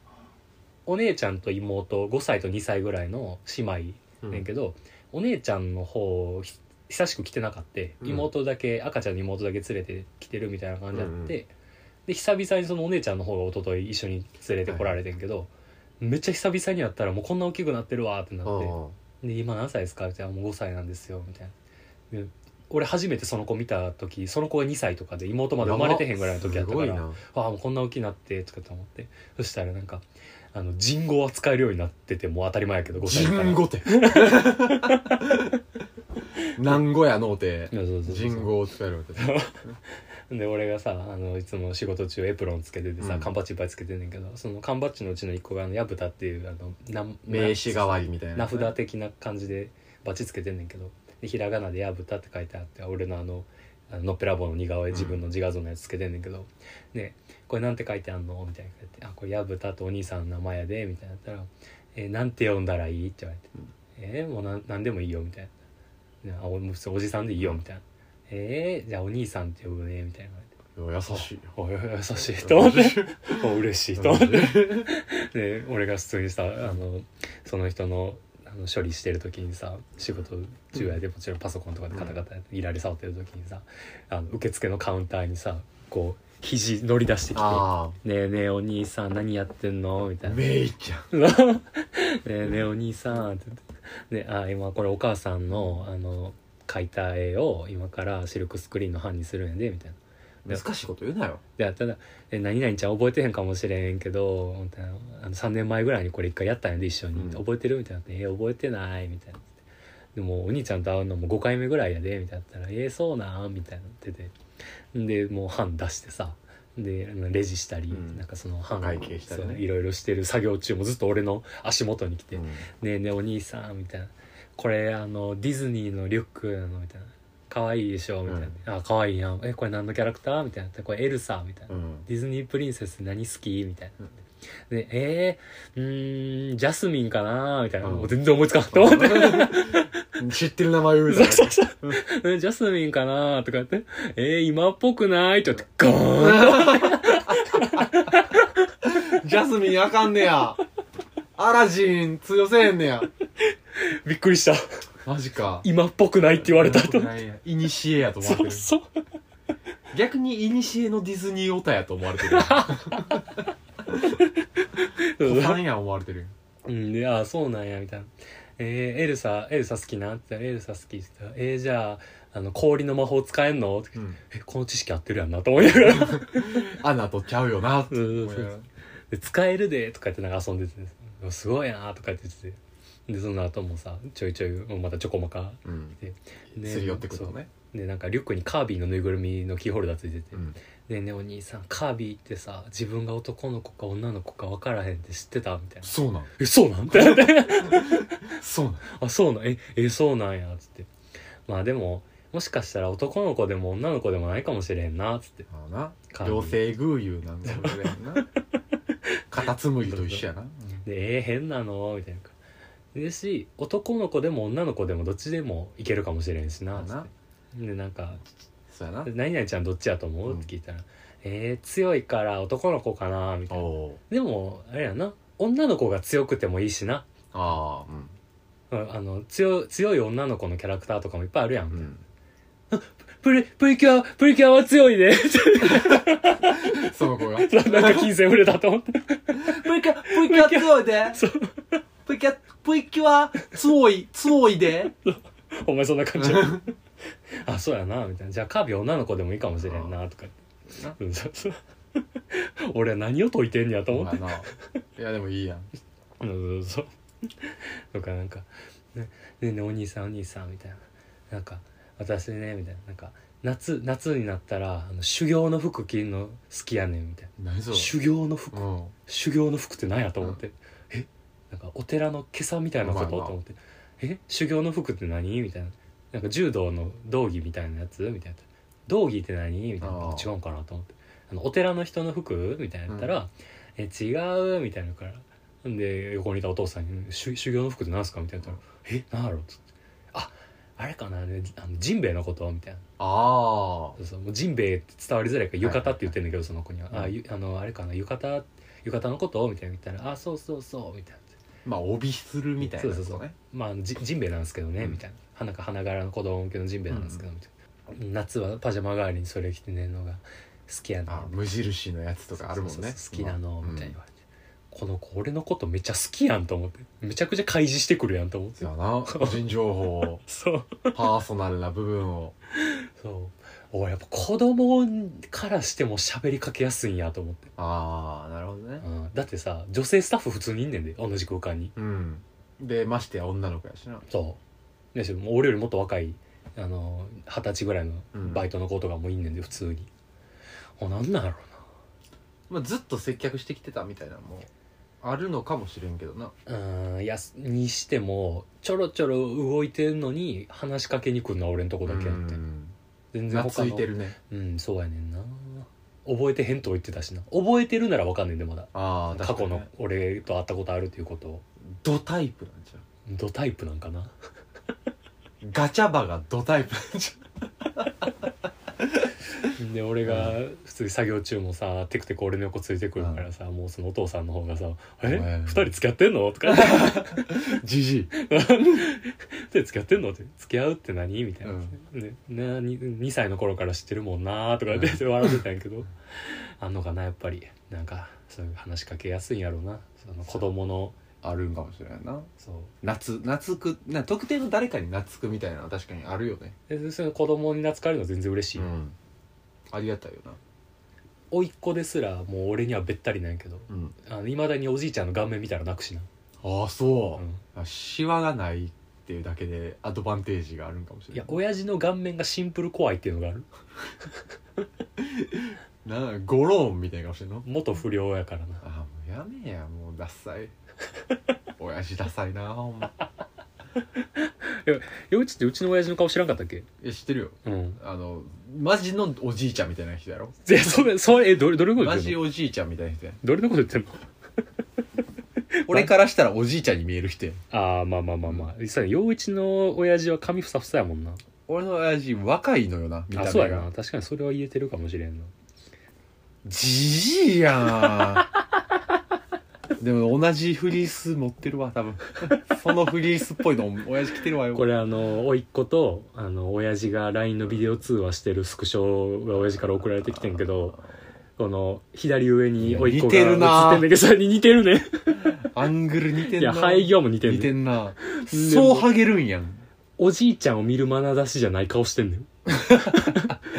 [SPEAKER 1] お姉ちゃんと妹5歳と2歳ぐらいの姉妹
[SPEAKER 2] うん
[SPEAKER 1] ねんけど、お姉ちゃんの方ひ久しく来てなかって
[SPEAKER 2] うん
[SPEAKER 1] 妹だけ、赤ちゃんの妹だけ連れて来てるみたいな感じあって、
[SPEAKER 2] うんうん
[SPEAKER 1] で久々にそのお姉ちゃんの方が一昨日一緒に連れてこられてんけど、めっちゃ久々に会ったらもうこんな大きくなってるわってな
[SPEAKER 2] あ
[SPEAKER 1] って
[SPEAKER 2] ー
[SPEAKER 1] 「で今何歳ですか?」みたいな「もう5歳なんですよ」みたいな。で俺初めてその子見た時その子が2歳とかで妹まだ生まれてへんぐらいの時やったか
[SPEAKER 2] や
[SPEAKER 1] ら
[SPEAKER 2] ばすごいな
[SPEAKER 1] ああもうこんな大きいなってとかと思ってそしたらなんかあの人語は使えるようになっててもう当たり前やけど5歳だから
[SPEAKER 2] 人語 って。何語やのうて
[SPEAKER 1] い。やそうそうそうそう
[SPEAKER 2] 人語を使えるわけ。
[SPEAKER 1] で俺がさあのいつも仕事中エプロンつけててさ、
[SPEAKER 2] うん
[SPEAKER 1] 缶バッジいっぱいつけてんねんけどその缶バッジのうちの一個があの矢蓋っていうあのな
[SPEAKER 2] 名詞代わりみたいな。
[SPEAKER 1] 名札。的な感じでバッチつけてんねんけどでひらがなで「やぶた」って書いてあって俺のあのあののっぺらぼうの似顔絵自分の自画像のやつつけてんねんけど「ねこれなんて書いてあんの?」みたいな言って「あこれやぶたとお兄さんの名前やで」みたいなやったら「えなんて読んだらいい?」って言われて「えもうなんなんでもいいよ」みたいな「ねあおもう普通におじさんでいいよ」みたいな「えじゃあお兄さんって呼ぶね」みたいな
[SPEAKER 2] 優しい。
[SPEAKER 1] 言われて「おい優しい」と思って「 お嬉しい」と思って
[SPEAKER 2] うん
[SPEAKER 1] で俺が普通にさあのその人のあの処理してる時にさ仕事中やでもちろんパソコンとかでカタカタいられ触ってる時にさあの受付のカウンターにさこう肘乗り出してきて
[SPEAKER 2] あ
[SPEAKER 1] 「ねえねえお兄さん何やってんの?」みた
[SPEAKER 2] あ、
[SPEAKER 1] いな
[SPEAKER 2] めいちゃん。
[SPEAKER 1] ねえねえお兄さん」って言ってであ今これお母さんのあの描いた絵を今からシルクスクリーンの版にするんやでみたいな。
[SPEAKER 2] 難しいこと言うなよ。
[SPEAKER 1] でただ「え何々ちゃん覚えてへんかもしれんけど」みたいなあの3年前ぐらいにこれ一回やったんやで一緒に、
[SPEAKER 2] うん
[SPEAKER 1] 覚えてる?」みたいなって「え覚えてない」みたいなでもお兄ちゃんと会うのも5回目ぐらいやでみたいな言ったら「えそうなん?」みたいなっててでもう班出してさであのレジしたり、
[SPEAKER 2] うん
[SPEAKER 1] なんかその班
[SPEAKER 2] 会計したりね
[SPEAKER 1] そういろいろしてる作業中もずっと俺の足元に来て
[SPEAKER 2] うん
[SPEAKER 1] ねえねえお兄さん」みたいな「これあのディズニーのリュックなの」みたいな「可愛いでしょ」みたいな「あ可愛いやんえこれ何のキャラクター?」みたいな「これエルサ」みたいな「
[SPEAKER 2] うん。
[SPEAKER 1] ディズニープリンセス何好き?」みたいな「で、えー、うーん、ジャスミンかなみたいな。もう全然思いつかなかった。思って
[SPEAKER 2] 知ってる名前を言うそうそう
[SPEAKER 1] えジャスミンかなとか言って、えー、今っぽくないって言って、ガ ーン
[SPEAKER 2] ジャスミンあかんねや。アラジン通用せえへんねや。
[SPEAKER 1] びっくりした。
[SPEAKER 2] マジか。
[SPEAKER 1] 今っぽくないって言われたと。
[SPEAKER 2] いにしえやと思われ
[SPEAKER 1] そう
[SPEAKER 2] てる。
[SPEAKER 1] そう。
[SPEAKER 2] 逆にいにしえのディズニーオタやと思われてる。古参や思われてる。
[SPEAKER 1] うん、で、ああ、そうなんや、みたいな。えー、エルサ、エルサ好きなんって言ったら、エルサ好きって言ったら、えー、じゃあ、あの、氷の魔法使えんのって
[SPEAKER 2] う
[SPEAKER 1] 言って
[SPEAKER 2] ん。
[SPEAKER 1] え、この知識合ってるやんな、と思いながら。
[SPEAKER 2] アナとちゃうよな。
[SPEAKER 1] そうそうそう で使えるでとか言ってなんか遊んでて、すごいなとか言っててでその後もさちょいちょいもうまたちょこまか
[SPEAKER 2] うん。
[SPEAKER 1] ね
[SPEAKER 2] すり寄ってくるの
[SPEAKER 1] そ
[SPEAKER 2] ね。
[SPEAKER 1] うでなんかリュックにカービィのぬいぐるみのキーホルダーついてて「
[SPEAKER 2] うん。
[SPEAKER 1] ねえねえお兄さんカービィってさ自分が男の子か女の子か分からへんって知ってた?」みたいな
[SPEAKER 2] そうなん。
[SPEAKER 1] 「えそうなん?」って なって
[SPEAKER 2] そうなん。
[SPEAKER 1] あそうなんええそうなんや」っつってまあでももしかしたら男の子でも女の子でもないかもしれへんなっつって
[SPEAKER 2] あのな
[SPEAKER 1] 神
[SPEAKER 2] 両性偶遊なんかもしれんな カタツムリと一緒やな
[SPEAKER 1] でえー、変なのみたいなですし男の子でも女の子でもどっちでもいけるかもしれんしな
[SPEAKER 2] な
[SPEAKER 1] つってでなんか
[SPEAKER 2] そう
[SPEAKER 1] 「
[SPEAKER 2] やな
[SPEAKER 1] 何々ちゃんどっちやと思う?」
[SPEAKER 2] うん
[SPEAKER 1] って聞いたら「えー、強いから男の子かな」みた
[SPEAKER 2] お
[SPEAKER 1] いなで
[SPEAKER 2] お
[SPEAKER 1] もあれやな女の子が強くてもいいしな
[SPEAKER 2] ーああ
[SPEAKER 1] うんあの強強い女の子のキャラクターとかもいっぱいあるやん、
[SPEAKER 2] うん、うん、
[SPEAKER 1] プリプリキュアプリキュアは強い ね
[SPEAKER 2] その子が
[SPEAKER 1] なんか金銭触れたと思って
[SPEAKER 2] プイキャプイキャ強いで
[SPEAKER 1] そう
[SPEAKER 2] プイキャプイキュア強い強いで
[SPEAKER 1] お前そんな感じあそうやなみたいなじゃあカービィ女の子でもいいかもしれんなとか
[SPEAKER 2] な
[SPEAKER 1] うんそうそう 俺は何を解いてんねやと思って
[SPEAKER 2] まあないやでもいいやん
[SPEAKER 1] うんそう そうとかなんか「ねねえねえお兄さんお兄さん」みたいな「なんか私ね」みたいななんか夏夏になったらあの修行の服着るの好きやねんみたい
[SPEAKER 2] 何そ
[SPEAKER 1] な
[SPEAKER 2] れ
[SPEAKER 1] 修行の服
[SPEAKER 2] うん
[SPEAKER 1] 修行の服って何やと思って「えなんかお寺の袈裟みたいなこと?」
[SPEAKER 2] まあまあ
[SPEAKER 1] と思って「え修行の服って何?」みたいな「なんか柔道の道着みたいなやつ?」みたいな「道着って何?」みたいな
[SPEAKER 2] あー
[SPEAKER 1] 違うんかなと思って「あのお寺の人の服?」みたいなやったら「え違う」みたいなのからで横にいたお父さんに「修修行の服って何すか?」みたいなの言ったら「え何やろ?」っつって「ああれかなあれあのジンベエのこと?」みたいな。
[SPEAKER 2] あ
[SPEAKER 1] そうそうもうジンベエって伝わりづらいから浴衣って言ってんだけどその子には「
[SPEAKER 2] うん
[SPEAKER 1] あゆあのあれかな浴衣浴衣のこと?」みたいな言ったら「あそうそうそう」みたいな
[SPEAKER 2] あまあ帯するみたいな
[SPEAKER 1] そうそう
[SPEAKER 2] ね
[SPEAKER 1] 「まあジジンベエなんですけどね」
[SPEAKER 2] うん
[SPEAKER 1] みたいな「花か花柄の子供向けのジンベエなんですけど」みたいな、夏はパジャマ代わりにそれ着て寝るのが好きやな
[SPEAKER 2] あ無印のやつとかあるもん
[SPEAKER 1] そう
[SPEAKER 2] ね
[SPEAKER 1] そうそう好きなの」みたいに言われて、この子俺のことめっちゃ好きやん」と思ってめちゃくちゃ開示してくるやんと思って
[SPEAKER 2] そうやな個人情報を
[SPEAKER 1] そう
[SPEAKER 2] パーソナルな部分を
[SPEAKER 1] そう俺やっぱ子供からしても喋りかけやすいんやと思って。
[SPEAKER 2] ああなるほどね
[SPEAKER 1] うんだってさ女性スタッフ普通にいんねんで同じ空間に
[SPEAKER 2] うんでましてや女の子やしな
[SPEAKER 1] そうだしもう俺よりもっと若いあの二十歳ぐらいの
[SPEAKER 2] うん
[SPEAKER 1] バイトの子とかもいんねんで普通に、あなんなんやろ
[SPEAKER 2] まあ、ずっと接客してきてたみたいなのもあるのかもしれんけどな
[SPEAKER 1] うなうんいやにしてもちょろちょろ動いてんのに話しかけに来るのは俺んとこだけやって
[SPEAKER 2] うん
[SPEAKER 1] 全然他
[SPEAKER 2] 懐
[SPEAKER 1] の
[SPEAKER 2] いてるね
[SPEAKER 1] うんそうやねんな覚えてへんと言ってたしな覚えてるならわかんねんでまだ
[SPEAKER 2] ああ
[SPEAKER 1] 過去の
[SPEAKER 2] ね、
[SPEAKER 1] 俺と会ったことあるっていうことを
[SPEAKER 2] ドタイプなんじゃう
[SPEAKER 1] ドタイプなんかな
[SPEAKER 2] ガチャバがドタイプ なんじ
[SPEAKER 1] で俺が普通に作業中もさテクテク俺の横ついてくるからさ、もうそのお父さんの方がさ「
[SPEAKER 2] お前
[SPEAKER 1] え二人付き合ってんの?」とか「
[SPEAKER 2] ゃんじじい
[SPEAKER 1] で付き合ってんの?」って「付き合うって何?」みたいな、ねなに2歳の頃から知ってるもんな」とかで笑ってたんやけど、あんのかなやっぱりなんかそういう話しかけやすいんやろうなその子供の
[SPEAKER 2] あるんかもしれないな
[SPEAKER 1] そう
[SPEAKER 2] 夏懐くな特定の誰かに懐くみたいなのは確かにあるよね
[SPEAKER 1] でその子供に懐かれるの全然嬉しい、
[SPEAKER 2] んありがたいよな
[SPEAKER 1] 甥っ子ですらもう俺にはべったりなんやけど
[SPEAKER 2] うん
[SPEAKER 1] いまだにおじいちゃんの顔面見たら泣くしな、
[SPEAKER 2] ああそう
[SPEAKER 1] うん、
[SPEAKER 2] あシワがないっていうだけでアドバンテージがあるんかもし
[SPEAKER 1] い
[SPEAKER 2] れな
[SPEAKER 1] や
[SPEAKER 2] い
[SPEAKER 1] 親父の顔面がシンプル怖いっていうのがある
[SPEAKER 2] なゴローンみたいな顔してんの
[SPEAKER 1] 元不良やからな
[SPEAKER 2] あもうやめえやもうダサい 親父ダサいなほんま
[SPEAKER 1] えうちってうちの親父の顔知らんかったっけ
[SPEAKER 2] え知ってるよ
[SPEAKER 1] うん
[SPEAKER 2] あのマジのおじいちゃんみたいな人やろ
[SPEAKER 1] でそれそれえどれどれのこと
[SPEAKER 2] マ
[SPEAKER 1] 言って
[SPEAKER 2] ジ
[SPEAKER 1] んの
[SPEAKER 2] おじいちゃんみたいな人や
[SPEAKER 1] どれのこと言ってんの
[SPEAKER 2] 俺からしたらおじいちゃんに見える人やん
[SPEAKER 1] ああまあまあまあまあ実際陽一の親父は髪ふさふさやもんな
[SPEAKER 2] 俺の親父若いのよな見た
[SPEAKER 1] あ
[SPEAKER 2] 目
[SPEAKER 1] そうや
[SPEAKER 2] が
[SPEAKER 1] な確かにそれは言えてるかもしれんな
[SPEAKER 2] じじいや んでも同じフリース持ってるわ多分そのフリースっぽいの親父着てるわよ
[SPEAKER 1] これあの甥っ子とあの親父が LINE のビデオ通話してるスクショが親父から送られてきてんけどこの左上に甥っ子
[SPEAKER 2] いや似てるな
[SPEAKER 1] が映ってんねんけどそれに似てるね
[SPEAKER 2] アングル似てんない
[SPEAKER 1] や廃業も似てん
[SPEAKER 2] 似て
[SPEAKER 1] ねん
[SPEAKER 2] んな
[SPEAKER 1] で
[SPEAKER 2] そうハゲるんやん
[SPEAKER 1] おじいちゃんを見る眼差しじゃない顔してんね ん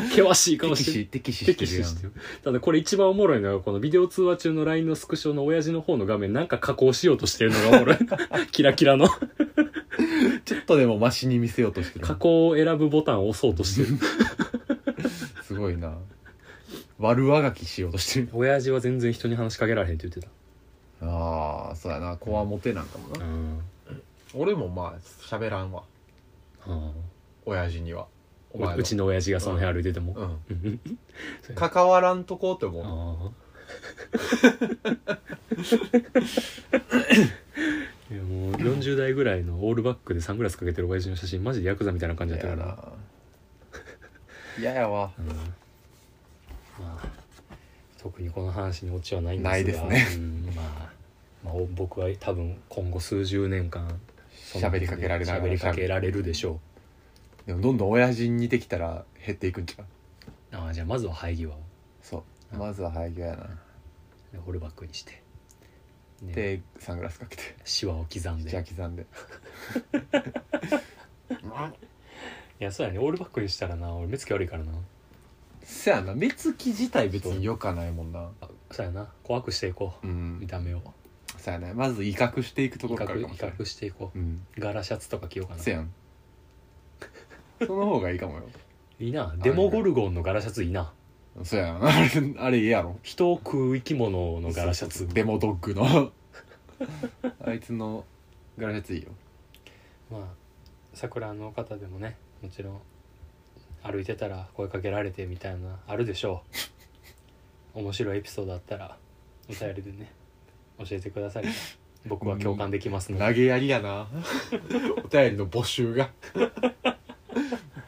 [SPEAKER 1] 険しい顔
[SPEAKER 2] 敵
[SPEAKER 1] してる
[SPEAKER 2] 視敵視して
[SPEAKER 1] 敵
[SPEAKER 2] る
[SPEAKER 1] 視
[SPEAKER 2] やん
[SPEAKER 1] してるただこれ一番おもろいのはこのビデオ通話中の LINE のスクショの親父の方の画面なんか加工しようとしてるのがおも ろいキラキラの
[SPEAKER 2] ちょっとでもマシに見せようとしてる
[SPEAKER 1] 加工を選ぶボタンを押そうとしてる
[SPEAKER 2] すごいな悪あがきしようとしてる
[SPEAKER 1] 親父は全然人に話しかけられへんって言ってた
[SPEAKER 2] ああそうやな子はモテなんかもな、
[SPEAKER 1] うん
[SPEAKER 2] 俺もまあ喋らんわ
[SPEAKER 1] あ
[SPEAKER 2] 親父にはお
[SPEAKER 1] あ
[SPEAKER 2] 前
[SPEAKER 1] ううちの
[SPEAKER 2] の
[SPEAKER 1] 親父がその辺歩いてても、
[SPEAKER 2] うん
[SPEAKER 1] うん、
[SPEAKER 2] 関わらんとこうって思う
[SPEAKER 1] ああいやもう40代ぐらいのオールバックでサングラスかけてる親父の写真マジでヤクザみたいな感じだったから
[SPEAKER 2] 嫌やわ
[SPEAKER 1] まあ、特にこの話にオチはないんですが
[SPEAKER 2] ないですね
[SPEAKER 1] うんまあ、まあお僕は多分今後数十年間そんな
[SPEAKER 2] 喋りかけられながら
[SPEAKER 1] 喋りかけられるでしょ
[SPEAKER 2] でもどんどん親父に似てきたら減っていくんちゃう
[SPEAKER 1] うああじゃあまずは生え際を
[SPEAKER 2] そうまずは廃業やな
[SPEAKER 1] でオールバックにしてで
[SPEAKER 2] でサングラスかけて
[SPEAKER 1] シワを刻ん
[SPEAKER 2] じゃ
[SPEAKER 1] で
[SPEAKER 2] あ刻 んで
[SPEAKER 1] いやそうやねオールバックにしたらな俺目つき悪いからな
[SPEAKER 2] せやな目つき自体別に良かないもんな
[SPEAKER 1] あそうやな怖くしていこ
[SPEAKER 2] う
[SPEAKER 1] う見
[SPEAKER 2] ん
[SPEAKER 1] た目を
[SPEAKER 2] せやなまず威嚇していくと
[SPEAKER 1] 威
[SPEAKER 2] ころから
[SPEAKER 1] 嚇
[SPEAKER 2] か
[SPEAKER 1] 威
[SPEAKER 2] もしれない
[SPEAKER 1] 嚇していこ
[SPEAKER 2] うん
[SPEAKER 1] う柄シャツとか着ようかな
[SPEAKER 2] せやんその方がいいかも よ
[SPEAKER 1] いいなデモゴルゴンの柄シャツいいな
[SPEAKER 2] そやんあれあれいいやろ
[SPEAKER 1] 人を食う生き物の柄シャツ
[SPEAKER 2] デモドッグのあいつのガラシャツいいよ
[SPEAKER 1] まあ桜の方でもねもちろん歩いてたら声かけられてみたいなあるでしょ う面白いエピソードあったらお便りでね教えてくださ い僕は共感できますので、
[SPEAKER 2] 投げやりやな お便りの募 集が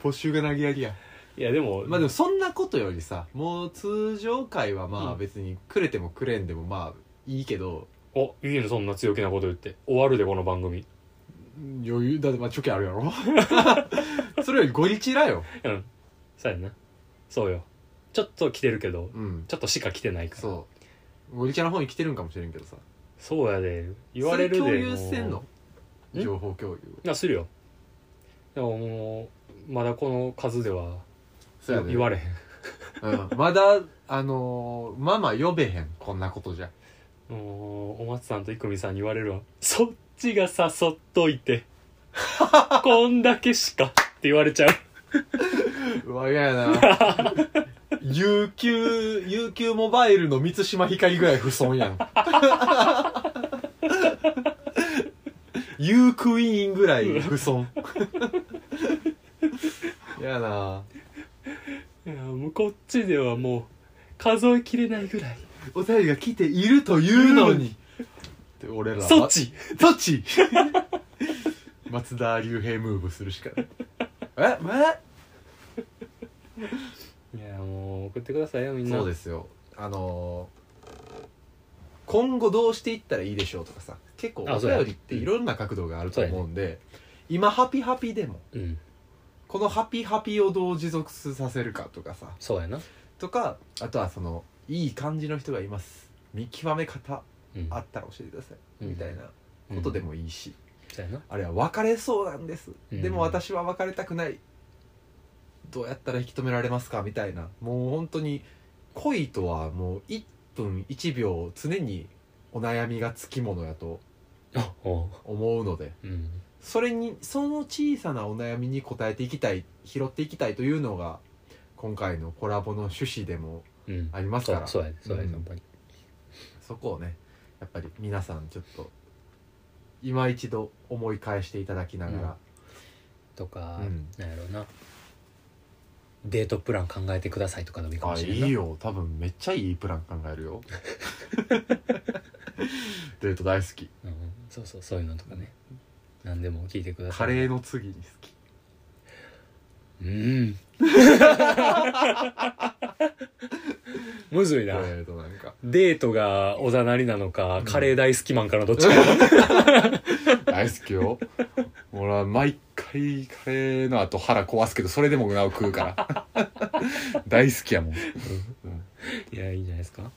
[SPEAKER 2] 募集が投げやりや
[SPEAKER 1] いやでも,、
[SPEAKER 2] まあでもそんなことよりさもう通常回はまあ
[SPEAKER 1] うん
[SPEAKER 2] 別にくれてもくれんでもまあいいけど
[SPEAKER 1] おいいのそんな強気なこと言って終わるでこの番組い
[SPEAKER 2] 余裕だってまあチョキあるやろ それよりゴリチラよ
[SPEAKER 1] やうんそうやなそうよちょっと来てるけど
[SPEAKER 2] うん
[SPEAKER 1] ちょっとしか来てないからう
[SPEAKER 2] そうゴリチラの方に来てるんかもしれんけどさ
[SPEAKER 1] そうやで言われるで
[SPEAKER 2] そ共有せん
[SPEAKER 1] も
[SPEAKER 2] の
[SPEAKER 1] ん
[SPEAKER 2] 情報共有
[SPEAKER 1] うなするよでももうまだこの数では
[SPEAKER 2] そうやで
[SPEAKER 1] 言われへん
[SPEAKER 2] うんまだあのーママ呼べへんこんなことじゃ
[SPEAKER 1] もうお松さんといくみさんに言われるわそっちが誘っとい てこんだけしかって言われちゃう
[SPEAKER 2] うわ嫌やな UQ, UQ モバイルの満島ひかりぐらい不損やん U クイーンぐらい不損嫌やない
[SPEAKER 1] やもうこっちではもう数えきれないぐらい
[SPEAKER 2] お便りが来ているというのにって俺らは
[SPEAKER 1] そっち
[SPEAKER 2] そっち松田龍平ムーブするしかないええ
[SPEAKER 1] いやもう送ってくださいよみんな
[SPEAKER 2] そうですよあのー今後どうしていったらいいでしょうとかさ結構
[SPEAKER 1] あ
[SPEAKER 2] お
[SPEAKER 1] そうや
[SPEAKER 2] 便りっていろんな角度があると思うんで、今ハピハピでも
[SPEAKER 1] うん
[SPEAKER 2] このハピハピをどう持続させるかとかさ
[SPEAKER 1] そうやな、
[SPEAKER 2] とかあとはそのいい感じの人がいます見極め方
[SPEAKER 1] うん、
[SPEAKER 2] あったら教えてください、
[SPEAKER 1] うん
[SPEAKER 2] みたいなことでもいいし、
[SPEAKER 1] うんそうやな
[SPEAKER 2] あれは別れそうなんです、
[SPEAKER 1] うん
[SPEAKER 2] でも私は別れたくないどうやったら引き止められますかみたいなもう本当に恋とはもう1分1秒常にお悩みがつきものやと
[SPEAKER 1] あおう
[SPEAKER 2] 思うので
[SPEAKER 1] うん
[SPEAKER 2] それにその小さなお悩みに応えていきたい拾っていきたいというのが今回のコラボの趣旨でも
[SPEAKER 1] うん
[SPEAKER 2] あります
[SPEAKER 1] そ
[SPEAKER 2] か
[SPEAKER 1] う
[SPEAKER 2] ら
[SPEAKER 1] そうやでそうやで、
[SPEAKER 2] うん
[SPEAKER 1] ほんまに
[SPEAKER 2] そこをねやっぱり皆さんちょっと今一度思い返していただきながら、
[SPEAKER 1] とか、
[SPEAKER 2] うん
[SPEAKER 1] なんやろうなデートプラン考えてくださいとかでもいいかも
[SPEAKER 2] あ
[SPEAKER 1] しれんない
[SPEAKER 2] いよ 多分めっちゃいいプラン考えるよデート大好き
[SPEAKER 1] そうそうそういうのとかね何でも聞いてくださ
[SPEAKER 2] カ
[SPEAKER 1] い
[SPEAKER 2] レーの次に好き
[SPEAKER 1] うん。むずい
[SPEAKER 2] 言
[SPEAKER 1] な
[SPEAKER 2] わ。れるとなんか
[SPEAKER 1] デートがおざなりなのか、
[SPEAKER 2] うん
[SPEAKER 1] カレー大好きマンかのどっちか。
[SPEAKER 2] 大好きよ俺は毎回カレーの後腹壊すけどそれでもなお食うから 大好きやもん、うん
[SPEAKER 1] いや、いいんじゃないですか。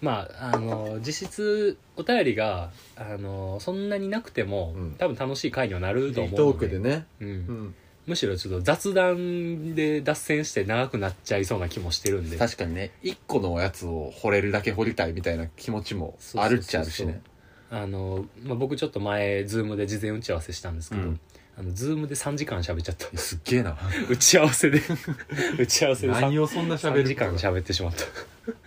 [SPEAKER 1] まあ、あの、実質、お便りが、あの、そんなになくても、
[SPEAKER 2] うん
[SPEAKER 1] 多分楽しい回にはなると
[SPEAKER 2] リ
[SPEAKER 1] 思う
[SPEAKER 2] ト
[SPEAKER 1] の
[SPEAKER 2] ークでね、
[SPEAKER 1] うん
[SPEAKER 2] うん、
[SPEAKER 1] むしろちょっと雑談で脱線して長くなっちゃいそうな気もしてるんで。
[SPEAKER 2] 確かにね一個のやつを掘れるだけ掘りたいみたいな気持ちもあるっちゃあるしね
[SPEAKER 1] あの、まあ、僕ちょっと前、ズームで事前打ち合わせしたんですけど、
[SPEAKER 2] うん
[SPEAKER 1] あの、ズームで3時間喋っちゃった。
[SPEAKER 2] すっげ えな
[SPEAKER 1] 打ち合わせで 打ち合わせで 3,
[SPEAKER 2] をそんな
[SPEAKER 1] 3時間喋ってしまった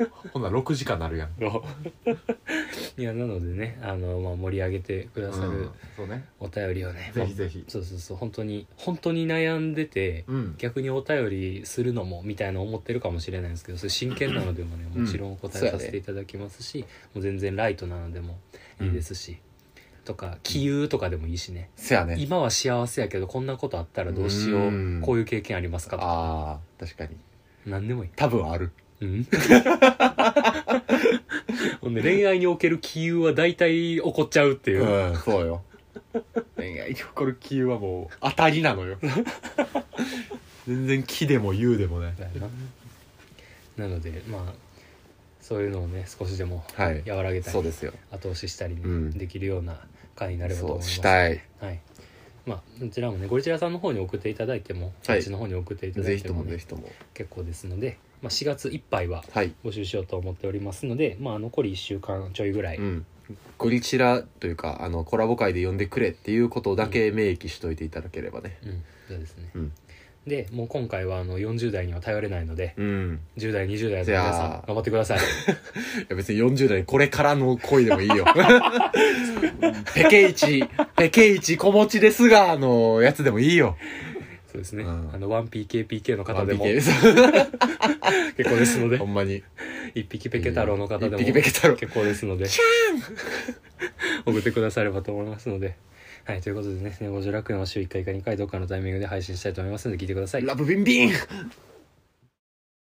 [SPEAKER 2] ほんなら6時間なるやん
[SPEAKER 1] いやなのでねあの、まあ、盛り上げてくださる
[SPEAKER 2] そうね
[SPEAKER 1] お便りをね、
[SPEAKER 2] ぜひぜひ
[SPEAKER 1] まあそうそうそう本当に本当に悩んでて
[SPEAKER 2] うん
[SPEAKER 1] 逆にお便りするのもみたいな思ってるかもしれないんですけどそれ真剣なのでもね
[SPEAKER 2] うん
[SPEAKER 1] もちろんお答
[SPEAKER 2] そう
[SPEAKER 1] え
[SPEAKER 2] や
[SPEAKER 1] さ
[SPEAKER 2] ね
[SPEAKER 1] せていただきますし、もう全然ライトなのでもいいですし、とか杞憂とかでもいいしね、
[SPEAKER 2] せやね
[SPEAKER 1] 今は幸せやけどこんなことあったらどうしよう
[SPEAKER 2] うん
[SPEAKER 1] こういう経験ありますかとか
[SPEAKER 2] あー確かに
[SPEAKER 1] 何でもいい
[SPEAKER 2] 多分ある
[SPEAKER 1] うん、 ほんで恋愛における気憂は大体起こっちゃうっていう、
[SPEAKER 2] うんそう よ恋愛に起こる気はもう当たりなのよ 全然気でも言うでもね
[SPEAKER 1] だよななのでまあそういうのをね少しでも
[SPEAKER 2] はい
[SPEAKER 1] 和らげたり、
[SPEAKER 2] そうですよ
[SPEAKER 1] 後押ししたりね、
[SPEAKER 2] うん
[SPEAKER 1] できるような回になればと思
[SPEAKER 2] そ
[SPEAKER 1] いうます
[SPEAKER 2] したい
[SPEAKER 1] はいまあこちらもねゴリチラさんの方に送っていただいても、
[SPEAKER 2] はい
[SPEAKER 1] こっちの方に送っていただ
[SPEAKER 2] ぜ
[SPEAKER 1] い
[SPEAKER 2] ひ
[SPEAKER 1] て
[SPEAKER 2] と
[SPEAKER 1] も,、
[SPEAKER 2] も
[SPEAKER 1] ね
[SPEAKER 2] ぜひとも
[SPEAKER 1] 結構ですので、まあ、4月いっぱいは
[SPEAKER 2] はい
[SPEAKER 1] 募集しようと思っておりますので、まあ、残り1週間ちょいぐらい、
[SPEAKER 2] うんゴリチラというかあのコラボ会で呼んでくれっていうことだけ明記しといていただければね
[SPEAKER 1] うん、そうですね、
[SPEAKER 2] うん
[SPEAKER 1] でもう今回はあの40代には頼れないので
[SPEAKER 2] うん
[SPEAKER 1] 10代20代の
[SPEAKER 2] じ
[SPEAKER 1] 皆
[SPEAKER 2] ゃあ
[SPEAKER 1] さん頑張ってください
[SPEAKER 2] いや別に40代これからの恋でもいい よペケイチペケイチ子持ちですがのやつでもいいよ
[SPEAKER 1] そうですね、
[SPEAKER 2] うん
[SPEAKER 1] あの 1PKPK の方でも
[SPEAKER 2] 1PK
[SPEAKER 1] 結構ですので
[SPEAKER 2] ほんまに
[SPEAKER 1] 一匹ペケ太郎の方でも
[SPEAKER 2] 一匹ペケ太郎
[SPEAKER 1] 結構ですので 送ってくださればと思いますのではいということでね「ネゴジョ楽園」は週1回か2回どっかのタイミングで配信したいと思いますので聞いてください
[SPEAKER 2] ラブビンビン